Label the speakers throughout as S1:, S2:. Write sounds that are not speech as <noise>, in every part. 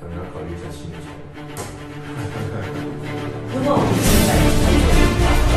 S1: 可能要考虑一下新的项目。
S2: 如果我们现在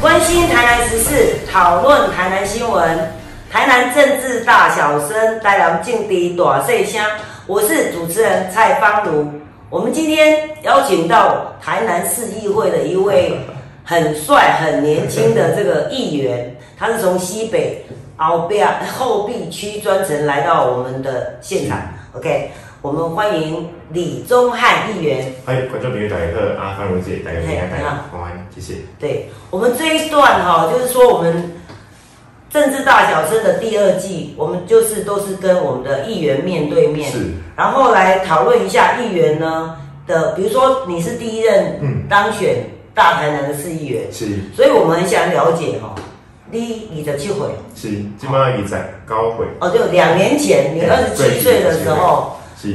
S2: 关心台南时事，讨论台南新闻，台南政治大小生，台南劲敌大碎香。我是主持人蔡芳如。我们今天邀请到台南市议会的一位很帅、很年轻的这个议员，他是从西北鳌贝亚后壁区专程来到我们的现场。OK，我们欢迎李宗翰议员。
S1: 嗨，哎观众朋友大家好，啊，范文姐，大家平安，
S2: 嘿
S1: 大
S2: 你
S1: 家
S2: 好
S1: 晚安，谢谢。
S2: 对我们这一段哈、就是说我们政治大小生的第二季，我们就是都是跟我们的议员面对面，
S1: 是，
S2: 然后来讨论一下议员呢的，比如说你是第一任
S1: 嗯
S2: 当选大台南的市议员，
S1: 是
S2: 所以我们很想了解哈、你你的机会
S1: 是，今麦二十九岁，
S2: 哦，就两年前你
S1: 哎对
S2: 二十七岁的时候，
S1: 是，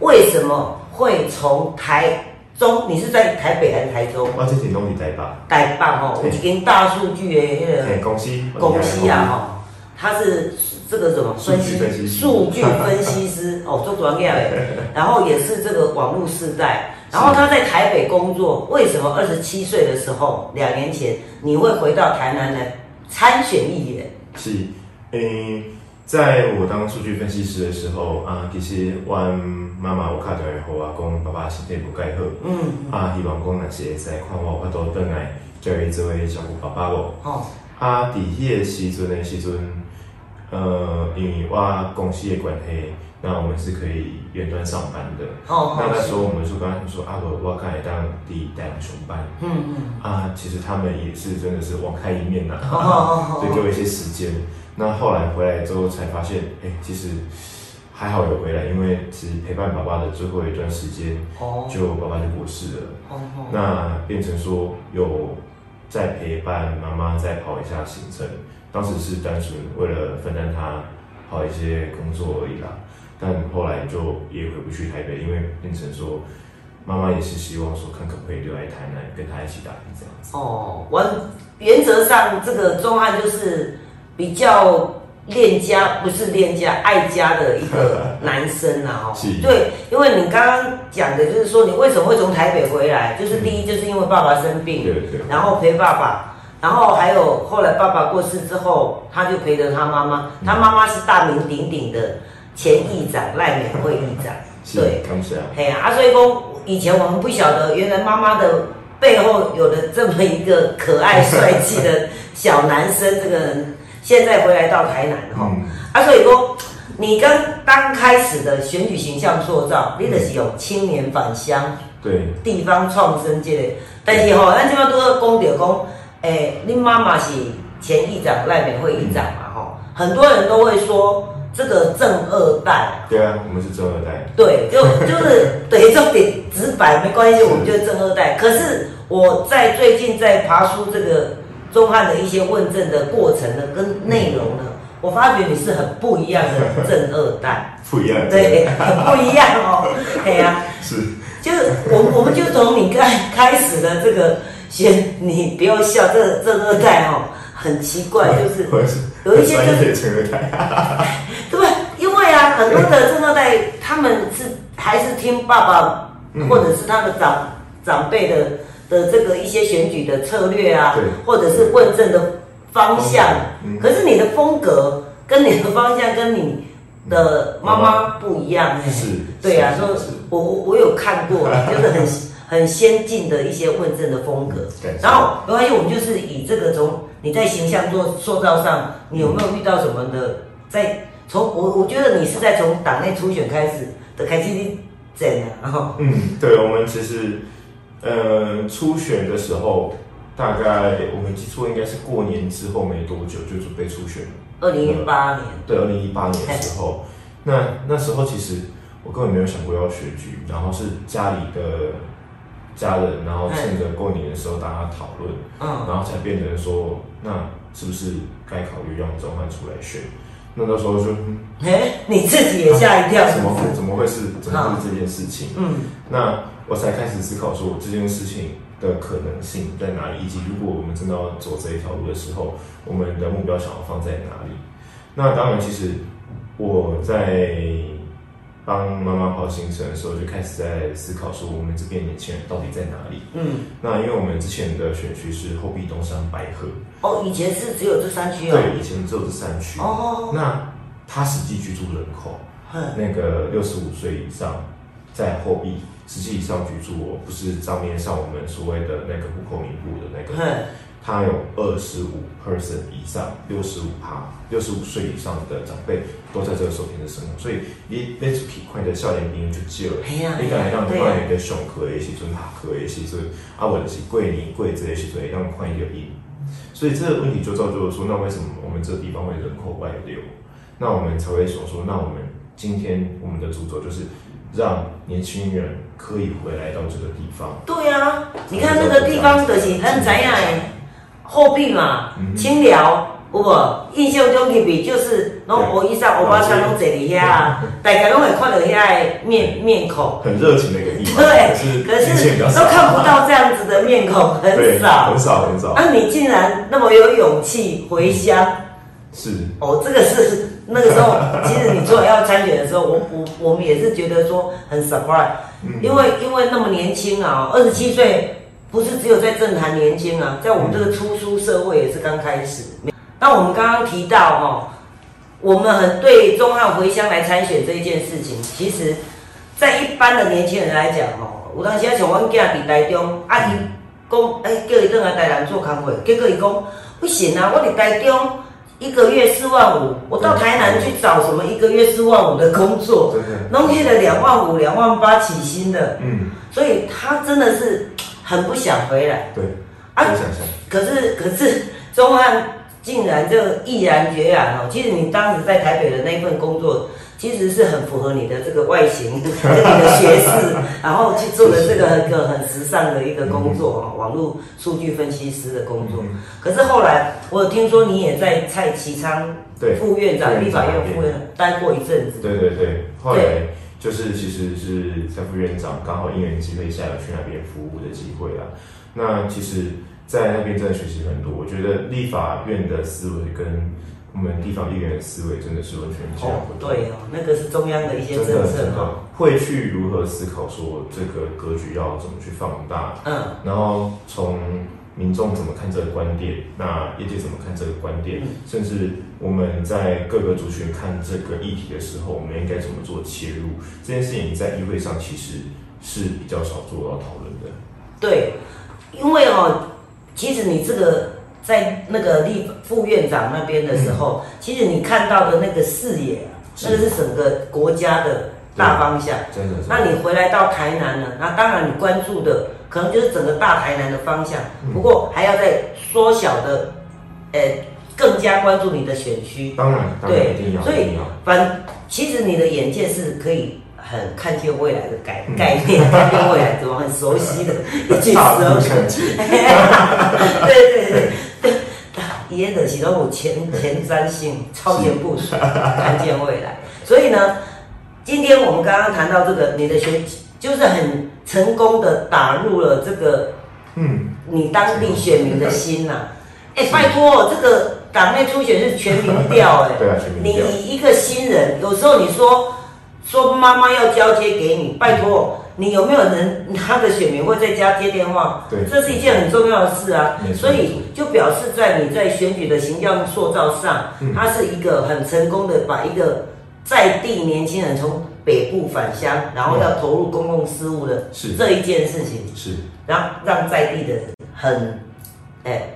S2: 为什么会从台中？你是在台北还是台中？
S1: 我之前拢伫台北，
S2: 台北哦，有一间大数据的那个
S1: 诶，公司，
S2: 公司啊，哈，他是这个什么
S1: 哦数
S2: 分
S1: 据
S2: 析
S1: 分析师
S2: 数据分析师
S1: <laughs>
S2: 哦，做专业的，然后也是这个网络世代，然后他在台北工作，为什么二十七岁的时候，两年前你会回到台南来参选议员？
S1: 是，诶、在我当数据分析师的时候啊，其实我妈妈有打电话给我讲，爸爸身体无介好，
S2: 嗯，
S1: 啊，希望讲若是会使看我有法度转来，叫伊做伙照顾爸爸无。
S2: 哦，
S1: 啊，伫迄个时阵的时阵，呃，因为我公司的关系，那我们是可以远端上班的。
S2: 哦，
S1: 那那时
S2: 哦，
S1: 候我们就跟他们说啊，我我刚才当第一代熊班
S2: 嗯
S1: <laughs>
S2: 嗯，
S1: 啊，其实他们也是真的是网开一面呐、
S2: <laughs> 哦哦
S1: 所以给
S2: 哦，
S1: 我一些时间。那后来回来之后才发现，哎、其实还好有回来，因为其实陪伴爸爸的最后一段时间，
S2: 哦
S1: 就爸爸就过世了。
S2: 哦哦，
S1: 那变成说有在陪伴妈妈再跑一下行程，当时是单纯为了分担她跑一些工作而已啦。但后来就也回不去台北，因为变成说妈妈也是希望说看可不可以留在台南跟她一起打拼这样子。
S2: 哦，我原则上这个钟汉就是比较恋家，不是恋家，爱家的一个男生
S1: <laughs>
S2: 啊、哦
S1: 是，
S2: 对，因为你刚刚讲的就是说你为什么会从台北回来，就是第一就是因为爸爸生病，
S1: 嗯对对，
S2: 然后陪爸爸，然后还有后来爸爸过世之后，他就陪着他妈妈，他妈妈是大名鼎鼎的前议长赖美惠议长对
S1: 是，，感谢啊，
S2: 嘿啊，所以说以前我们不晓得，原来妈妈的背后有了这么一个可爱帅气的小男生，这个人现在回来到台南哈、
S1: 嗯
S2: 啊，所以说你刚刚开始的选举形象塑造，你就是有青年返乡、
S1: 对，
S2: 地方创生这类、但是吼、咱即摆拄好讲着讲，诶、恁妈妈是前议长赖美惠议长嘛吼、很多人都会说这个正二代。
S1: 对啊，我们是正二代，
S2: 对，就就是对，就比直白没关系，我们就是正二代。可是我在最近在爬出这个钟汉的一些问政的过程呢，跟内容呢，我发觉你是很不一样的正二
S1: <laughs>
S2: 代，
S1: 不一样，
S2: 对，很不一样哦。哎呀、
S1: 是，
S2: 就是我我们就从你开开始的这个先，你不要笑，这个正二代哦，很奇怪，就是
S1: 我是
S2: 有一些
S1: 专
S2: 就是
S1: 业的正二代，
S2: 对，因为啊，很多的正二代他们是还是听爸爸
S1: 嗯
S2: 或者是他的长长辈的的这个一些选举的策略啊
S1: 对，
S2: 或者是问政的方向
S1: 嗯。
S2: 可是你的风格跟你的方向跟你的妈妈不一样哎、
S1: 是
S2: 对啊，
S1: 是
S2: 说
S1: 是
S2: 我我我有看
S1: <laughs>
S2: 过，就是很很先进的一些问政的风
S1: <laughs>
S2: 格
S1: 嗯感。谢
S2: 然后没关系，我们就是以这个从你在形象做塑造上，你有没有遇到什么的？在从我我觉得你是在从党内初选开始的开始整啊，然后
S1: 嗯，对，我们其实呃初选的时候，大概我们记错应该是过年之后没多久就准备初选了，
S2: 二零一八年，
S1: 对，二零一八年的时候，那那时候其实我根本没有想过要选举，然后是家里的家人，然后趁着过年的时候大家讨论，
S2: 嗯，
S1: 然后才变成说，那是不是该考虑让钟汉出来选？那那时候就嗯
S2: 哎，你自己也吓一跳，
S1: 怎
S2: 是
S1: 么
S2: 不是？
S1: 怎么会是怎么会是这件事情？
S2: 嗯
S1: 那我才开始思考说这件事情的可能性在哪里，以及如果我们真的要走这一条路的时候，我们的目标想要放在哪里。那当然，其实我在帮妈妈跑行程的时候，就开始在思考说我们这边年轻人到底在哪里。
S2: 嗯，
S1: 那因为我们之前的选区是后壁、东山、白河，
S2: 哦，以前是只有这三区哦。
S1: 对，以前只有这三区。
S2: 哦，
S1: 那它实际居住人口
S2: 哼
S1: 那个六十五岁以上在后壁实际以上居住哦，不是账面上我们所谓的那个户口名簿的那个，
S2: 哼，
S1: 他有二十五 person 以上，六十五趴，六十五岁以上的长辈都在这个首天的生活，所以你你出去看着少年朋友就少了。
S2: 嘿呀，
S1: 你敢会让
S2: 对啊
S1: 看
S2: 呀，
S1: 一个上课的时阵、下课的时阵，啊，或者是过年过节的时阵，让看一个因。所以这个问题就造就了说，那为什么我们这地方会人口外流？那我们才会想说，那我们今天我们的主轴就是让年轻人可以回来到这个地方。
S2: 对呀，你看那个地方就是咱知影的后壁嘛，
S1: 嗯
S2: 清聊有无？印象中入去就是拢
S1: 对
S2: 乌衣裳、乌巴衫拢坐伫遐啊，大家拢会看到遐的面面孔。
S1: 很热情的一个地方，
S2: 对，可
S1: 可是年轻人
S2: 是
S1: 比较
S2: 都
S1: 少
S2: 看不到这样子的面孔，很
S1: 对，
S2: 少
S1: 很。少很少，
S2: 啊，你竟然那么有勇气回乡。
S1: 是
S2: 哦，这个是那个时候，其实你做要参选的时候，我我我们也是觉得说很 surprise，、因为因为那么年轻啊，二十七岁不是只有在政坛年轻啊，在我们这个出书社会也是刚开始。那我们刚刚提到哦，我们很对钟汉回乡来参选这一件事情，其实，在一般的年轻人来讲哦，有当时啊像阮囝伫台中，啊伊讲，哎、叫伊转来台南做工课，结果伊讲不行啊，我伫台中一个月四万五，我到台南去找什么一个月四万五的工作，
S1: 真的，
S2: 弄去了两万五、两万八起薪的，
S1: 嗯，
S2: 所以他真的是很不想回来。
S1: 对，
S2: 啊
S1: 可以想象，
S2: 可是可是钟汉竟然就毅然决然哦，其实你当时在台北的那份工作，其实是很符合你的这个外 <laughs> 形跟你的学识，然后去做了这个一个很时尚的一个工作哦，网络数据分析师的工作。
S1: 嗯
S2: 可是后来我有听说你也在蔡其昌
S1: 对，
S2: 副院长、
S1: 对
S2: 立法院
S1: 对
S2: 副院长待过一阵子，
S1: 对对对，后来就是其实是蔡副院长刚好因缘机会下有去那边服务的机会啦。那其实，在那边真的学习很多，我觉得立法院的思维跟我们地方议员的思维真的是完全截然
S2: 哦
S1: 不，同。
S2: 对哦，那个是中央的一些
S1: 真
S2: 政
S1: 的
S2: 策
S1: 真的
S2: 哦，
S1: 会去如何思考说这个格局要怎么去放大，
S2: 嗯，
S1: 然后从民众怎么看这个观点，那业界怎么看这个观点，
S2: 嗯
S1: 甚至我们在各个族群看这个议题的时候，我们应该怎么做切入，这件事情在议会上其实是比较少做到讨论的。
S2: 对，因为哦，其实你这个在那个立副院长那边的时候，其实你看到的那个视野啊，
S1: 是
S2: 那个是整个国家的大方向。
S1: 真的，
S2: 那你回来到台南呢？那当然，你关注的可能就是整个大台南的方向，
S1: 嗯
S2: 不过还要再缩小的，呃，更加关注你的选区。
S1: 嗯当然当然
S2: 对
S1: 一定要，
S2: 所
S1: 一
S2: 以
S1: 定要。
S2: 反其实你的眼界是可以很看见未来的概概念，看见未来怎么很熟悉的一句
S1: 大步
S2: slogan。
S1: 向
S2: <laughs>
S1: 前，
S2: 对对对对，也得是都有前前瞻性、超前部署，看见未来。所以呢，今天我们刚刚谈到这个，你的学就是很成功的打入了这个
S1: 嗯，
S2: 你当地选民的心呐、哎、拜托，这个党内初选是全民调哎、
S1: 对啊，全民
S2: 你
S1: 调，
S2: 以一个新人，有时候你说说妈妈要交接给你，拜托，你有没有人他的选民会在家接电话？
S1: 对
S2: 这是一件很重要的事啊
S1: 没。错
S2: 所以就表示在你在选举的形象塑造上，
S1: 嗯
S2: 他是一个很成功的把一个在地年轻人从北部返乡，然后要投入公共事务的
S1: 是
S2: 这一件事情，
S1: 是
S2: 让让在地的人很哎、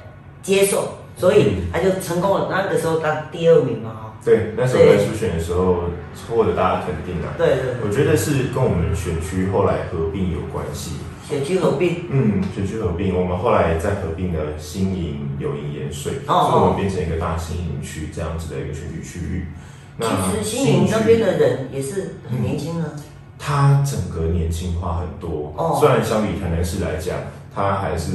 S2: 接受，所以
S1: 嗯
S2: 他就成功了。那个时候当第二名嘛。哦
S1: 对。那时候在初选的时候获得大家肯定啊，
S2: 对对，
S1: 我觉得是跟我们选区后来合并有关系。
S2: 选区合并，
S1: 嗯，选区合并，我们后来再合并了新营、柳营、盐水，
S2: 哦哦
S1: 所以我们变成一个大新营区这样子的一个选举区域。
S2: 其实新
S1: 营
S2: 营
S1: 区
S2: 那边的人也是很年轻啊。
S1: 它整个年轻化很多，
S2: 哦
S1: 虽然相比台南市来讲，它还是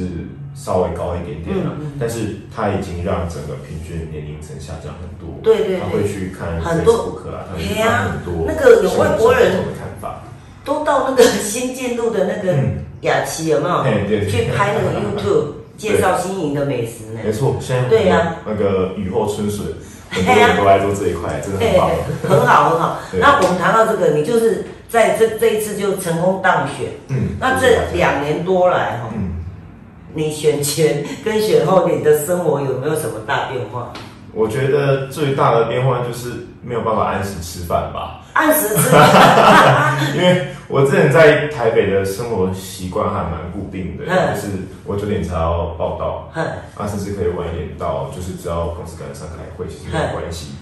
S1: 稍微高一点点啊，
S2: 嗯嗯
S1: 但是它已经让整个平均年龄层下降很多。
S2: 对对
S1: 他
S2: 对
S1: 会去看
S2: 很多
S1: Facebook 啊，他会去
S2: 嘿啊
S1: 看很多
S2: 那个有外国人
S1: 新闻上面的看法。
S2: 都到那个新进入的那个
S1: 嗯
S2: 雅琪有没有？
S1: 嘿对对
S2: 去拍那个
S1: <laughs>
S2: YouTube 介绍新颖的美食呢？
S1: 没错，现在
S2: 对呀
S1: 那个雨后春笋，很多
S2: 嘿啊
S1: 人都在做这一块，真的很
S2: 对
S1: 棒。，
S2: 很好很好。
S1: 对
S2: 那我们谈到这个，你就是在这这一次就成功当选，
S1: 嗯，
S2: 那这两年多来哈，
S1: 嗯。
S2: 你选前跟选后你的生活有没有什么大变化？
S1: 我觉得最大的变化就是没有办法按时吃饭
S2: <laughs>
S1: 吧，
S2: 按时
S1: <laughs>
S2: 吃，
S1: 因为我之前在台北的生活习惯还蛮固定的，
S2: 嗯
S1: 就是我九点才要报到，
S2: 哼
S1: 啊，甚至可以晚一点到，就是只要公司赶得上开会，其实没有关系。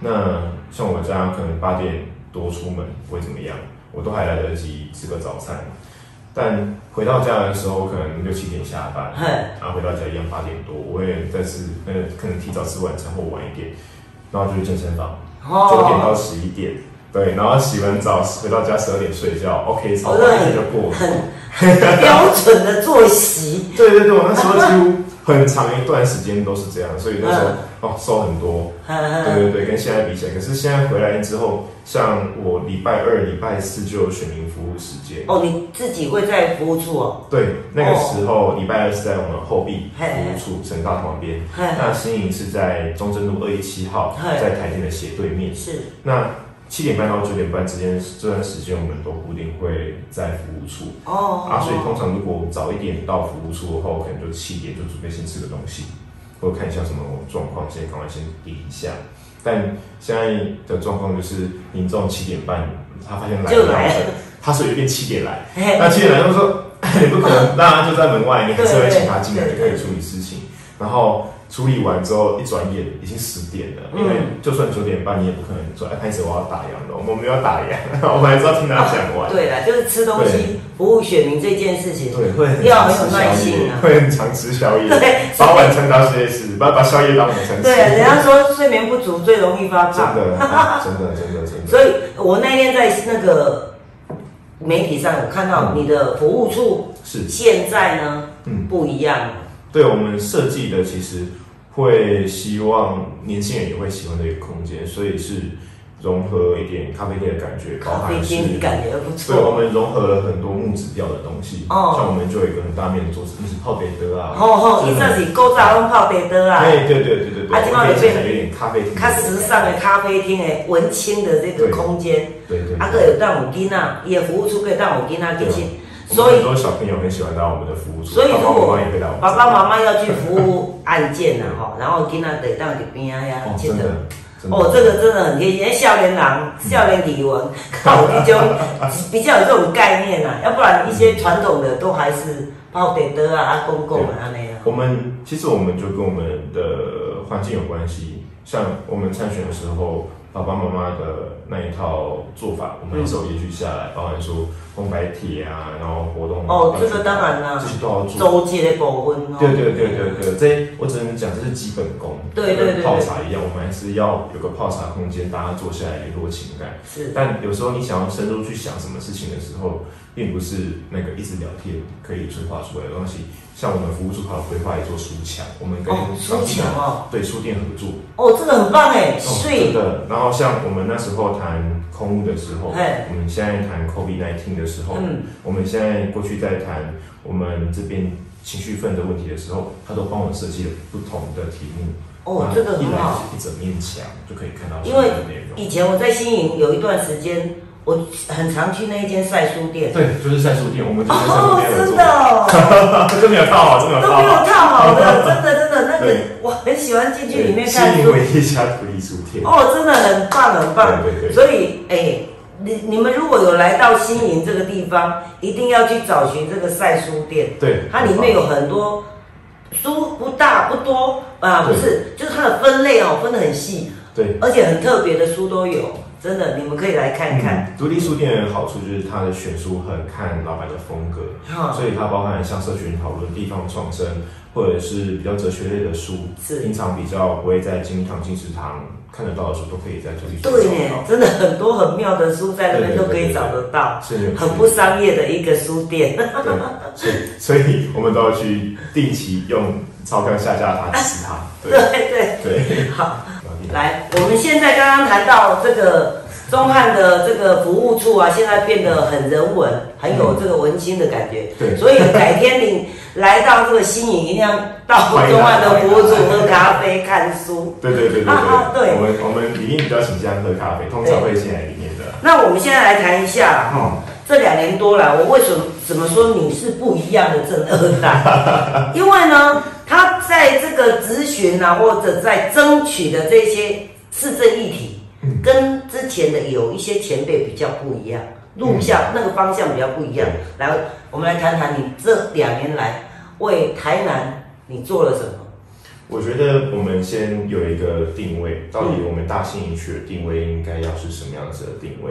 S1: 那像我这样，可能八点多出门不会怎么样，我都还来得及吃个早餐。但回到家的时候，可能六七点下班
S2: 嘿，
S1: 然后回到家一样八点多，我也再吃，那个可能提早吃晚餐或晚一点，然后就去健身房，九点到
S2: 哦，
S1: 十一点，对，然后洗完澡回到家十二点睡觉，OK，超
S2: 我
S1: 过
S2: 认
S1: 一
S2: 为
S1: 天就过了。
S2: 哦
S1: <laughs>
S2: 很标准的作息，
S1: 对对对，我那时候几乎很长一段时间都是这样，所以那时候、
S2: 嗯
S1: 哦瘦很多，
S2: 嗯
S1: 对对对，跟现在比起来，可是现在回来之后，像我礼拜二、礼拜四就有选民服务时间，
S2: 哦，你自己会在服务处哦，
S1: 对，那个时候礼拜二是在我们后壁
S2: 嘿
S1: 服务处神大旁边，
S2: 嘿
S1: 那新营是在中正路二一七号，
S2: 嘿
S1: 在台电的斜对面，
S2: 是，
S1: 那。七点半到九点半之间这段时间，我们都固定会在服务处
S2: 哦，
S1: 啊，所以通常如果早一点到服务处的话，我可能就七点就准备先吃个东西，或者看一下什么状况，先赶快先抵一下。但现在的状况就是，民众七点半他发现来
S2: 就
S1: 不
S2: 来
S1: 了，他随便七点来，
S2: 嘿
S1: 那七点来就说你不可能让他就在门外，你还是会请他进来
S2: 对
S1: 就
S2: 对
S1: 开始处理事情。然后处理完之后，一转眼已经十点了，因为就算九点半，你也不可能说哎，开始我要打烊了，我们没有打烊， <laughs> 我们还是要听他讲完。
S2: 对了，就是吃东西服务选民这件事
S1: <laughs>
S2: 情，
S1: 对，会很
S2: 要
S1: 常吃
S2: 很有
S1: 宵
S2: 耐心
S1: 夜，
S2: 啊。
S1: 会很常吃宵夜，
S2: 对
S1: 把 <laughs> 晚餐当宵夜吃，把把宵夜当晚餐吃。
S2: 对，人家说睡眠不足最容易发
S1: 真
S2: 胖，
S1: 的，啊真的，真的，真的。
S2: 所以我那天在那个媒体上有看到你的服务处
S1: 是，
S2: 现在呢
S1: 嗯，
S2: 不一样了，
S1: 对我们设计的其实会希望年轻人也会喜欢这个空间，所以是融合一点咖啡店的感觉，包
S2: 咖啡
S1: 含是
S2: 厅感觉不
S1: 对，我
S2: 错。
S1: 们融合了很多木质调的东西，
S2: 哦
S1: 像我们就有一个很大面的桌子，木质泡杯的啊，
S2: 哦哦，一上是古早拢泡茶桌啊，
S1: 对对对对对对，
S2: 啊这
S1: 我
S2: 摆
S1: 们可
S2: 就
S1: 以
S2: 变
S1: 讲有点咖啡厅，
S2: 较时尚的咖啡厅的文青的这个空间，
S1: 对，对对，
S2: 啊，个有当有囡仔，伊的服务处可以当有囡仔进去，
S1: 所
S2: 所
S1: 以
S2: 以
S1: 很多小朋友很喜欢到我们的服务处，
S2: 所以
S1: 爸
S2: 如
S1: 爸妈
S2: 果
S1: 妈也会来我们
S2: 爸爸妈
S1: 妈
S2: 妈要去服务案件呐、吼，然后囡仔得当伫边啊呀
S1: 嗯哦，，
S2: 这
S1: 真
S2: 个
S1: 的，嗯真的
S2: 哦，这个真的很贴心。哎少年郎、少年语文，靠这
S1: <laughs>
S2: 种比较有这种概念呐、要不然一些传统的都还是泡得得啊、啊公公啊安尼啊。
S1: 我们其实我们就跟我们的环境有关系，像我们参选的时候，爸爸妈妈的那一套做法，我们一手延续下来，包含说红白帖啊，然后活动
S2: 嗯哦，这个当然啦、
S1: 这些都要做。
S2: 周记的部分
S1: 嗯
S2: 哦。
S1: 对对对对对，这我只能讲这是基本功，
S2: 对对对
S1: 跟泡茶一样，我们还是要有个泡茶空间，大家坐下来联络情感。
S2: 是
S1: 但有时候你想要深入去想什么事情的时候，并不是那个一直聊天可以催化出来的东西。像我们服务处还有规划一座书墙，我们跟
S2: 哦，书
S1: 当地的
S2: 墙哦，
S1: 对书店合作，
S2: 哦，这个很棒哎，
S1: 哦
S2: 所
S1: 真
S2: 以
S1: 的。然后像我们那时候谈空屋的时候，
S2: 嘿
S1: 我们现在谈 COVID 1 9的时候，
S2: 嗯
S1: 我们现在过去在谈我们这边情绪分的问题的时候，他都帮我设计了不同的题目。
S2: 哦，
S1: 那
S2: 这个
S1: 一
S2: 很
S1: 来
S2: 好。
S1: 是一整面墙就可以看到
S2: 因
S1: 相
S2: 为
S1: 关的内容。
S2: 以前我在新营有一段时间，我很常去那一间晒书店。
S1: 对，就是在书店，我们就跟在书
S2: 哦，
S1: 店合
S2: 真
S1: 作。
S2: 的哦，
S1: <laughs> 真的有套好，真的有啊套
S2: 都没有啊
S1: 好。
S2: 烫好
S1: <laughs>
S2: 的，真的真的那个
S1: 对，
S2: 我很喜欢进去里面看
S1: 吸引
S2: 书
S1: 我。一家独立书店。
S2: 哦，真的很棒很棒。
S1: 对对对
S2: 所以，哎，你你们如果有来到新营这个地方，一定要去找寻这个晒书店，
S1: 对，
S2: 它里面有很多书，不大不多啊，不
S1: 对
S2: 是，就是它的分类哦，分得很细，
S1: 对
S2: 而且很特别的书都有。真的，你们可以来看看。
S1: 嗯独立书店的好处就是它的选书很看老板的风格，
S2: 哈、
S1: 所以它包含像社群讨论、地方创生，或者是比较哲学类的书，
S2: 是
S1: 平，常比较不会在金玉堂、金石堂看得到的书，都可以在独立书
S2: 对
S1: 店找
S2: 呢
S1: 到，，
S2: 真的很多很妙的书在那
S1: 对
S2: 边
S1: 对对
S2: 都可以找得到，
S1: 是很有趣
S2: 很不商业的一个书店。 <laughs>
S1: 对，所以所以我们都要去定期用钞票下架它、支持
S2: <laughs>
S1: 它，
S2: 对
S1: 对
S2: 对，
S1: 对，
S2: 好。来，我们现在刚刚谈到这个中汉的这个服务处啊，现在变得很人文，很有这个文青的感觉。
S1: 对
S2: 所以改天你来到这个新营，一定要到中汉的服务处喝咖啡、看书。
S1: 对对对对对，
S2: 啊啊对
S1: 我们我们里面比较倾向喝咖啡，通常会先来里面的。
S2: 那我们现在来谈一下，
S1: 哦，
S2: 这两年多来，我为什么怎么说你是不一样的正
S1: <laughs>
S2: 二代？因为呢，他在这个咨询啊，或者在争取的这些市政议题，
S1: 嗯
S2: 跟之前的有一些前辈比较不一样，路向、那个方向比较不一
S1: 嗯
S2: 样。来，我们来谈谈你这两年来为台南你做了什么？
S1: 我觉得我们先有一个定位，到
S2: 嗯
S1: 底我们大兴营区的定位应该要是什么样子的定位？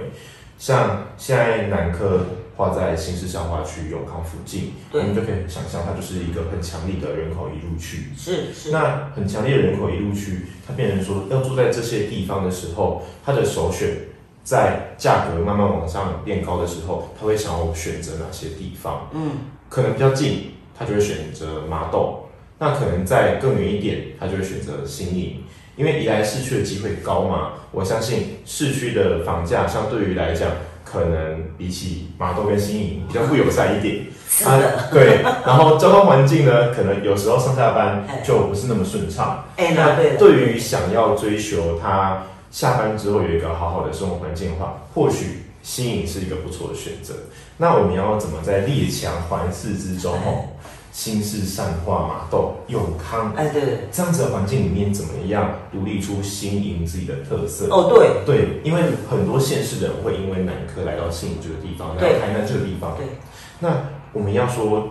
S1: 像现在南科划在新市消化区永康附近，我
S2: 对
S1: 们就可以想象它就是一个很强力的人口移入区。
S2: 是是
S1: 那很强烈的人口移入区，它变成说要住在这些地方的时候，它的首选在价格慢慢往上变高的时候，他会想要选择哪些地方？
S2: 嗯，
S1: 可能比较近，他就会选择麻豆；那可能再更远一点，他就会选择新营。因为宜来市区的机会高嘛，我相信市区的房价相对于来讲，可能比起麻豆跟新营比较不友善一点。
S2: 是
S1: 啊
S2: 的。， <laughs>
S1: 对，然后交通环境呢，可能有时候上下班
S2: 哎
S1: 就不是那么顺畅。
S2: 哎、那
S1: 那
S2: 对了，
S1: 对于想要追求他下班之后有一个好好的生活环境的话，或许新颖是一个不错的选择。那我们要怎么在列强环视之中哦，新市善化麻豆永康
S2: 哎对对，
S1: 这样子的环境里面，怎么样独立出新颖自己的特色？
S2: 哦对。
S1: 对，因为很多县市的人会因为南科来到新营这个地方，
S2: 对
S1: 来台南这个地方。
S2: 对，
S1: 那我们要说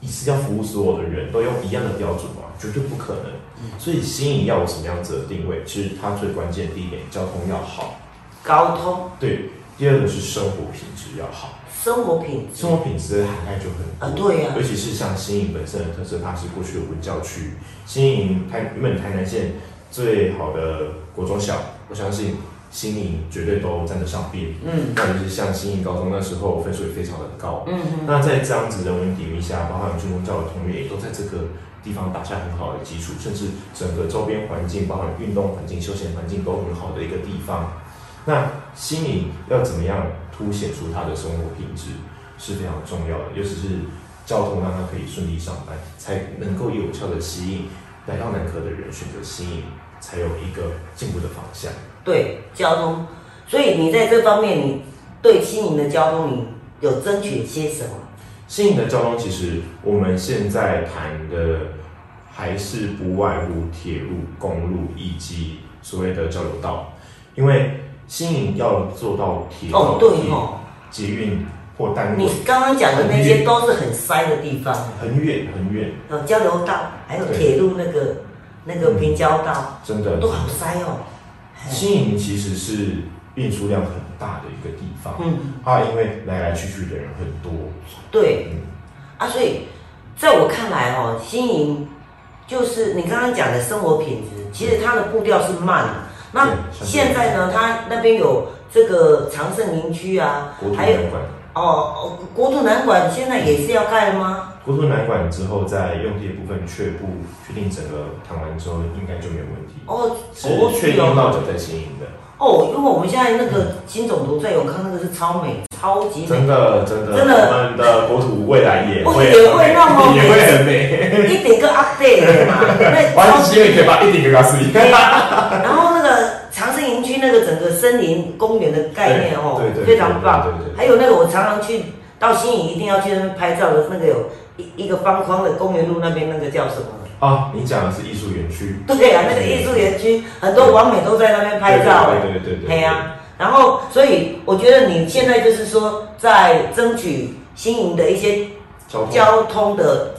S1: 一次要服务所有的人都用一样的标准吗？绝对不可能。
S2: 嗯
S1: 所以新颖要有什么样子的定位？其实它最关键的第一点，交通要好；
S2: 高通
S1: 对，第二个是生活品质要好。
S2: 生活品质
S1: 生活品质的涵盖就很
S2: 嗯啊，
S1: 多。
S2: 对呀、
S1: 尤其是像新营本身的特色，它是过去的文教区。新营台原本台南县最好的国中小，我相信新营绝对都站得上边。
S2: 嗯
S1: 那就是像新营高中那时候分数也非常的高。
S2: 嗯
S1: 那在这样子人文底蕴下，包含军工教的同源，也都在这个地方打下很好的基础，甚至整个周边环境，包含运动环境、休闲环境都很好的一个地方。那新营要怎么样凸显出它的生活品质是非常重要的，尤其是交通让它可以顺利上班，才能够有效的吸引来到南科的人选择新营，才有一个进步的方向。
S2: 哼，对，交通，所以你在这方面，你对新营的交通，你有争取些什么？
S1: 新颖的交通，其实我们现在谈的还是不外乎铁路、公路以及所谓的交流道，因为新颖要做到铁
S2: 哦
S1: 道、，
S2: 对
S1: 铁
S2: 哦，
S1: 捷运或单轨，
S2: 你刚刚讲的那些都是很塞的地方，
S1: 很远很远，
S2: 有交流道，还有
S1: 对
S2: 铁路那个那个平交道，
S1: 真的
S2: 都。好塞哦。嘿
S1: 新颖其实是运输量很大的一个地方，
S2: 嗯，
S1: 它因为来来去去的人很多，
S2: 对
S1: 嗯，
S2: 啊，所以在我看来哦，新营就是你刚刚讲的生活品质，其实它的步调是慢的。那
S1: 对
S2: 现在呢，它那边有这个长盛营区啊
S1: 国土，
S2: 还有
S1: 南管，
S2: 哦哦，国土南馆现在也是要盖吗？
S1: 国土南管之后，在用地的部分确不确定整个谈完之后，应该就没有问题。
S2: 哦，
S1: 是
S2: 哦
S1: 确定到九在新营的，
S2: 哦，因为我们现在那个新总图在永康那个是超美，超级美，
S1: 真的真的，
S2: 哦真的
S1: 我们的国土未来也
S2: 哦
S1: 会
S2: 也会那么美
S1: 也会很
S2: <laughs>
S1: 美。
S2: 一点个
S1: <laughs>
S2: update 嘛，那
S1: 我还
S2: 超
S1: 是希望你可以把一顶给告诉你。
S2: 然后那个长盛营区那个整个森林公园的概念 <laughs> 哦
S1: 对对，对
S2: 非常棒
S1: 对对对。对
S2: 还有那个我常常去到新营一定要去那边拍照的那个有一一个方框的公园路那边那个叫什么？
S1: 啊，你讲的是艺术园区，
S2: 对啊，那个艺术园区很多网美都在那边拍照。
S1: 对对对对对，
S2: 对呀、然后所以我觉得你现在就是说在争取新营的一些
S1: 交通
S2: 交通的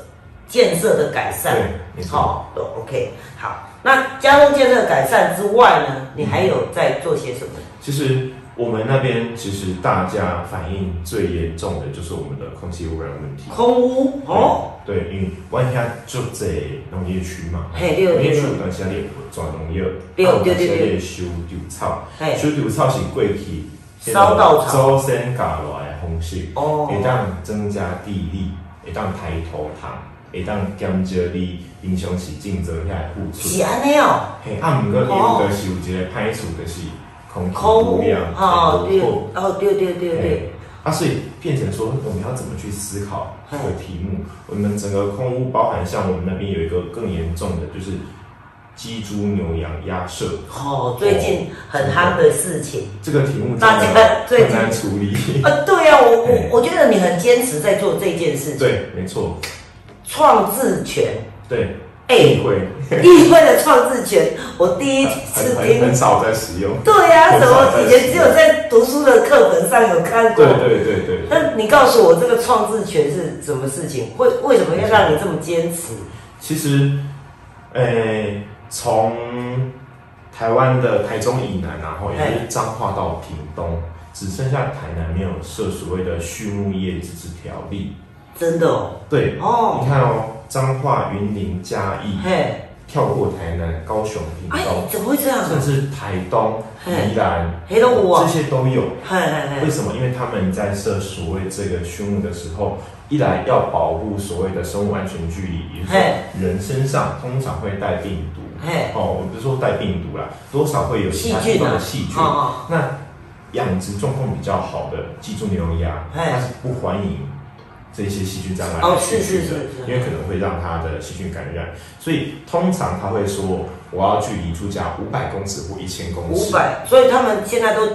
S2: 建设的改善
S1: 对，没错
S2: 好、都 OK，好，那交通建设改善之外呢，你还有在做些什么？
S1: 其实我们那边其实大家反映最严重的就是我们的空气污染问题。
S2: 空屋哦，
S1: 对，因为湾下就在农业区嘛，
S2: 嘿对对
S1: 农业
S2: 对
S1: 区当下你有做农业，
S2: 对
S1: 啊
S2: 对对对
S1: 有当时你收稻草，
S2: 嘿，
S1: 收稻草是过去
S2: 烧稻草
S1: 周身搞落来的方式，
S2: 哦，
S1: 会当增加地力，会当抬头塔，会当减少你影响是竞争遐的付出。
S2: 是安尼哦，
S1: 嘿，啊，毋过伊有就是有一个歹处，就是空气
S2: 空
S1: 污
S2: 屋
S1: 染
S2: 哦，
S1: 会
S2: 对，
S1: 有破
S2: 哦对对对对，
S1: 啊，所以变成说我们要怎么去思考这个
S2: 嗯
S1: 题目？我们整个空屋包含像我们那边有一个更严重的，就是鸡、猪、牛、羊、鸭、舍
S2: 哦，最近很夯的事情。
S1: 这个题目，
S2: 大家最
S1: 很
S2: 近
S1: 难处理。 <laughs>
S2: 啊，对啊，我
S1: 嘿
S2: 我我觉得你很坚持在做这件事情，
S1: 对，没错，
S2: 创制权，
S1: 对，
S2: 哎、
S1: 会
S2: <laughs> 议会的创制权，我第一次
S1: 很啊很
S2: 听
S1: 很。少在使用。
S2: 对呀、啊，
S1: 很
S2: 什
S1: 少
S2: 么
S1: 在
S2: 以前
S1: 使
S2: 只
S1: 用
S2: 有在读书的课本上有看过。
S1: 对对对对对。
S2: 那你告诉我，这个创制权是什么事情？会为什么要让你这么坚持？
S1: 其实，诶、从台湾的台中以南啊，然后也就是彰化到屏东，只剩下台南没有设所谓的畜牧业自治条例。
S2: 真的哦，
S1: 对，
S2: 哦，
S1: 你看哦，彰化、云林、嘉义，
S2: 嘿，
S1: 跳过台南、高雄、屏
S2: 哎
S1: 东，，
S2: 怎么会这样？
S1: 甚至台东、
S2: 嘿
S1: 宜兰，
S2: 黑啊龙我
S1: 这，些都有。
S2: 嘿嘿
S1: 为
S2: 嘿，
S1: 什么？因为他们在设所谓这个畜牧的时候，一来要保护所谓的生物安全距离，也就是
S2: 嘿
S1: 说人身上通常会带病毒。
S2: 嘿，
S1: 哦，我不是说带病毒啦，多少会有其他地方的细菌。
S2: 啊哦
S1: 那养殖状况比较好的鸡、猪、牛、羊，
S2: 嘿
S1: 它是不欢迎这些细菌这样来
S2: 哦
S1: 来去去
S2: 是是
S1: 的
S2: 是，是
S1: 因为可能会让它的细菌感染。所以通常他会说，我要距离住家五百公尺或一千
S2: 哦，
S1: 公
S2: 五
S1: 尺。
S2: 百，所以他们现在都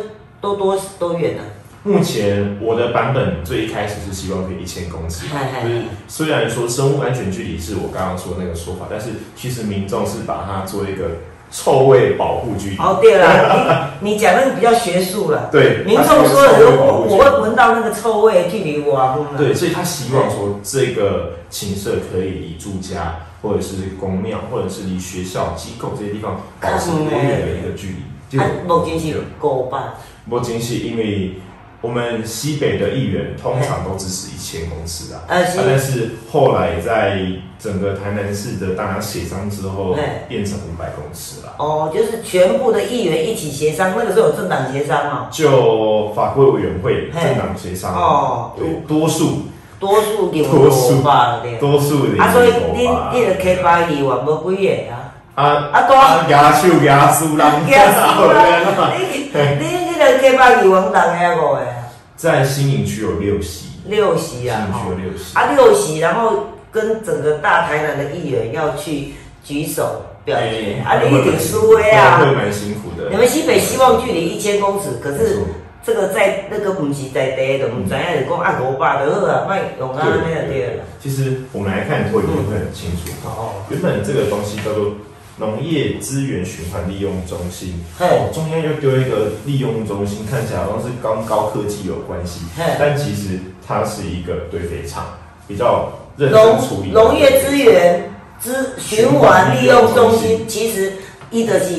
S2: 都多多远了？
S1: 目前我的版本最一开始是希望可以一千公尺，
S2: 嗨嗨
S1: 就是虽然说生物安全距离是我刚刚说那个说法，但是其实民众是把它做一个臭味保护距离。
S2: 哦，对了，你你讲那个比较学术了。
S1: 对，
S2: 民
S1: 它是
S2: 众
S1: 一个
S2: 说
S1: 臭
S2: 的
S1: 味
S2: 时候，
S1: 保护距
S2: 我
S1: 离
S2: 会闻到那个臭味，距离我啊，
S1: 对，所以他希望说这个禽舍可以以住家或者是公庙或者是离学校机构这些地方保持多远的一个距离。
S2: 啊，目前是五百，
S1: 目前是因为我们西北的议员通常都支持一千公尺啊，
S2: 呃
S1: 啊但
S2: 是，
S1: 是后来在整个台南市的大家协商之后
S2: 哎，
S1: 变成五百公尺了。
S2: 哦，就是全部的议员一起协商，那个时候有政党协商嘛，
S1: 就法规委员会
S2: 嘿
S1: 政党协商
S2: 哦
S1: 对，多数
S2: 多数领五百了对。
S1: 多数的
S2: 啊，所以
S1: 人口
S2: 恁
S1: 吧
S2: 恁个 K 八二万无几个啊，
S1: 啊，
S2: 啊多，
S1: 啊，牙手牙输
S2: <laughs>
S1: 人，
S2: 惊死我啦！
S1: 人
S2: 你你迄个 K 八二万人个五个啊，
S1: <laughs> 在新营区有六席，
S2: 六席
S1: 新
S2: 啊
S1: 营区
S2: 吼
S1: 有，六席，
S2: 啊六席，然后跟整个大台南的议员要去举手表
S1: 哎
S2: 决，啊你一定输的
S1: 对会
S2: 啊！
S1: 蛮辛苦的。
S2: 你们西北希望距离一千公尺，可
S1: 没
S2: 是
S1: 错
S2: 这个在那个不是在地的，毋知影就讲啊五百就好啊，莫用啊安尼就对了。
S1: 其实我们来看会不会很清楚？
S2: 哦，
S1: 原本这个东西叫做农业资源循环利用中心，
S2: 嘿，
S1: 哦，中央又丢一个利用中心，看起来好像是跟高科技有关系，
S2: 嘿
S1: 但其实它是一个堆肥厂，比较认真处
S2: 农
S1: 理
S2: 农业资源之循环利用中心，其实伊就是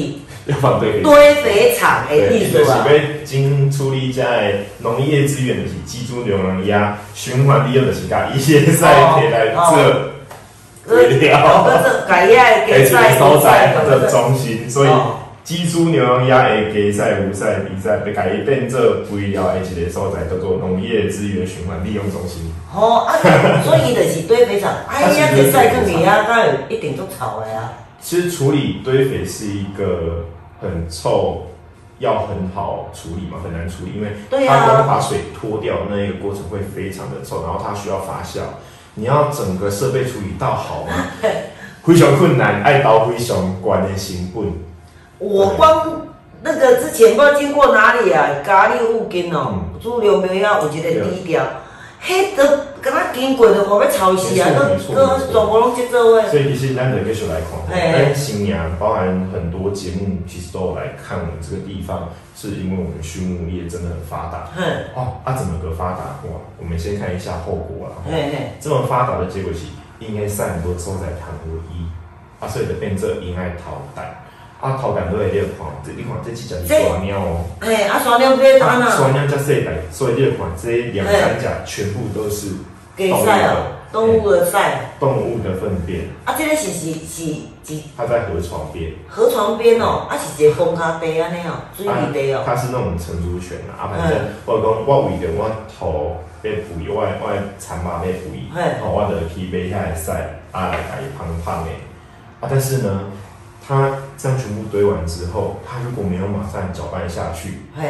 S1: 要放堆肥厂
S2: 堆肥厂的
S1: 对，
S2: 意
S1: 伊就
S2: 思
S1: 是
S2: 啊
S1: 要。经处理遮的农业资源，就是鸡、猪、牛、羊、鸭循环利用，就是甲伊些菜摕来做肥 <laughs>
S2: 哦，
S1: 料，
S2: 搁这改下
S1: 而
S2: 给
S1: 且
S2: 菜
S1: 收菜
S2: 菜
S1: 的中心，所以
S2: 哦
S1: 鸡、猪、牛、羊、鸭会鸡赛、牛赛、比赛，被改变做肥料的一个所在，叫做农业资源循环利用中心。
S2: 哦，啊，所以伊就是堆肥厂，啊，伊啊这菜更厉啊，当然一定做草的啊。
S1: 其实处理堆肥是一个很臭，要很好处理嘛，很难处理，因为
S2: 对
S1: 它光
S2: 啊，
S1: 把水脱掉那一个过程会非常的臭，然后它需要发酵，你要整个设备处理到好
S2: <laughs>
S1: 吗？非常困难，爱刀非常管的成本。
S2: 我光那个之前不知道经过哪里啊，咖喱附近哦
S1: 嗯，猪
S2: 猪牛苗要有一个低调，迄都敢若经过就我要吵死啊
S1: 没错，
S2: 都
S1: 没错没
S2: 都
S1: 错
S2: 全部拢接做位。
S1: 所以其实难得可以学来看，
S2: 哎
S1: 但新娘包含很多节目其实都有来看我们这个地方，是因为我们畜牧业真的很发达
S2: 哼，
S1: 哦。啊，怎么个发达哇？我们先看一下后果啦。
S2: 嘿嘿，
S1: 这么发达的结果是应该散播收在糖如一，啊，所以就变做因爱偷蛋。啊，偷蛋落来你就看，这你看这只只是蛇猫哦。
S2: 嘿，啊，山鸟买单
S1: 啊，
S2: 啊，
S1: 所以叫这一代，所以这款这两三甲全部都是
S2: 给晒哦，
S1: 啊
S2: 动物的晒。
S1: 动物的粪便，
S2: 啊，这个是是是是
S1: 它在河床边，
S2: 河床边哦，啊是一个风卡地安尼哦，水泥地
S1: 啊
S2: 哦。
S1: 它是那种成竹犬啊，
S2: 嗯
S1: 啊反正我讲我为着我头被肥，我的我的产马被肥
S2: 嘿，
S1: 哦，我就去买遐个屎，啊来甲伊胖胖的，啊但是呢，它这样全部堆完之后，它如果没有马上搅拌下去，
S2: 嘿，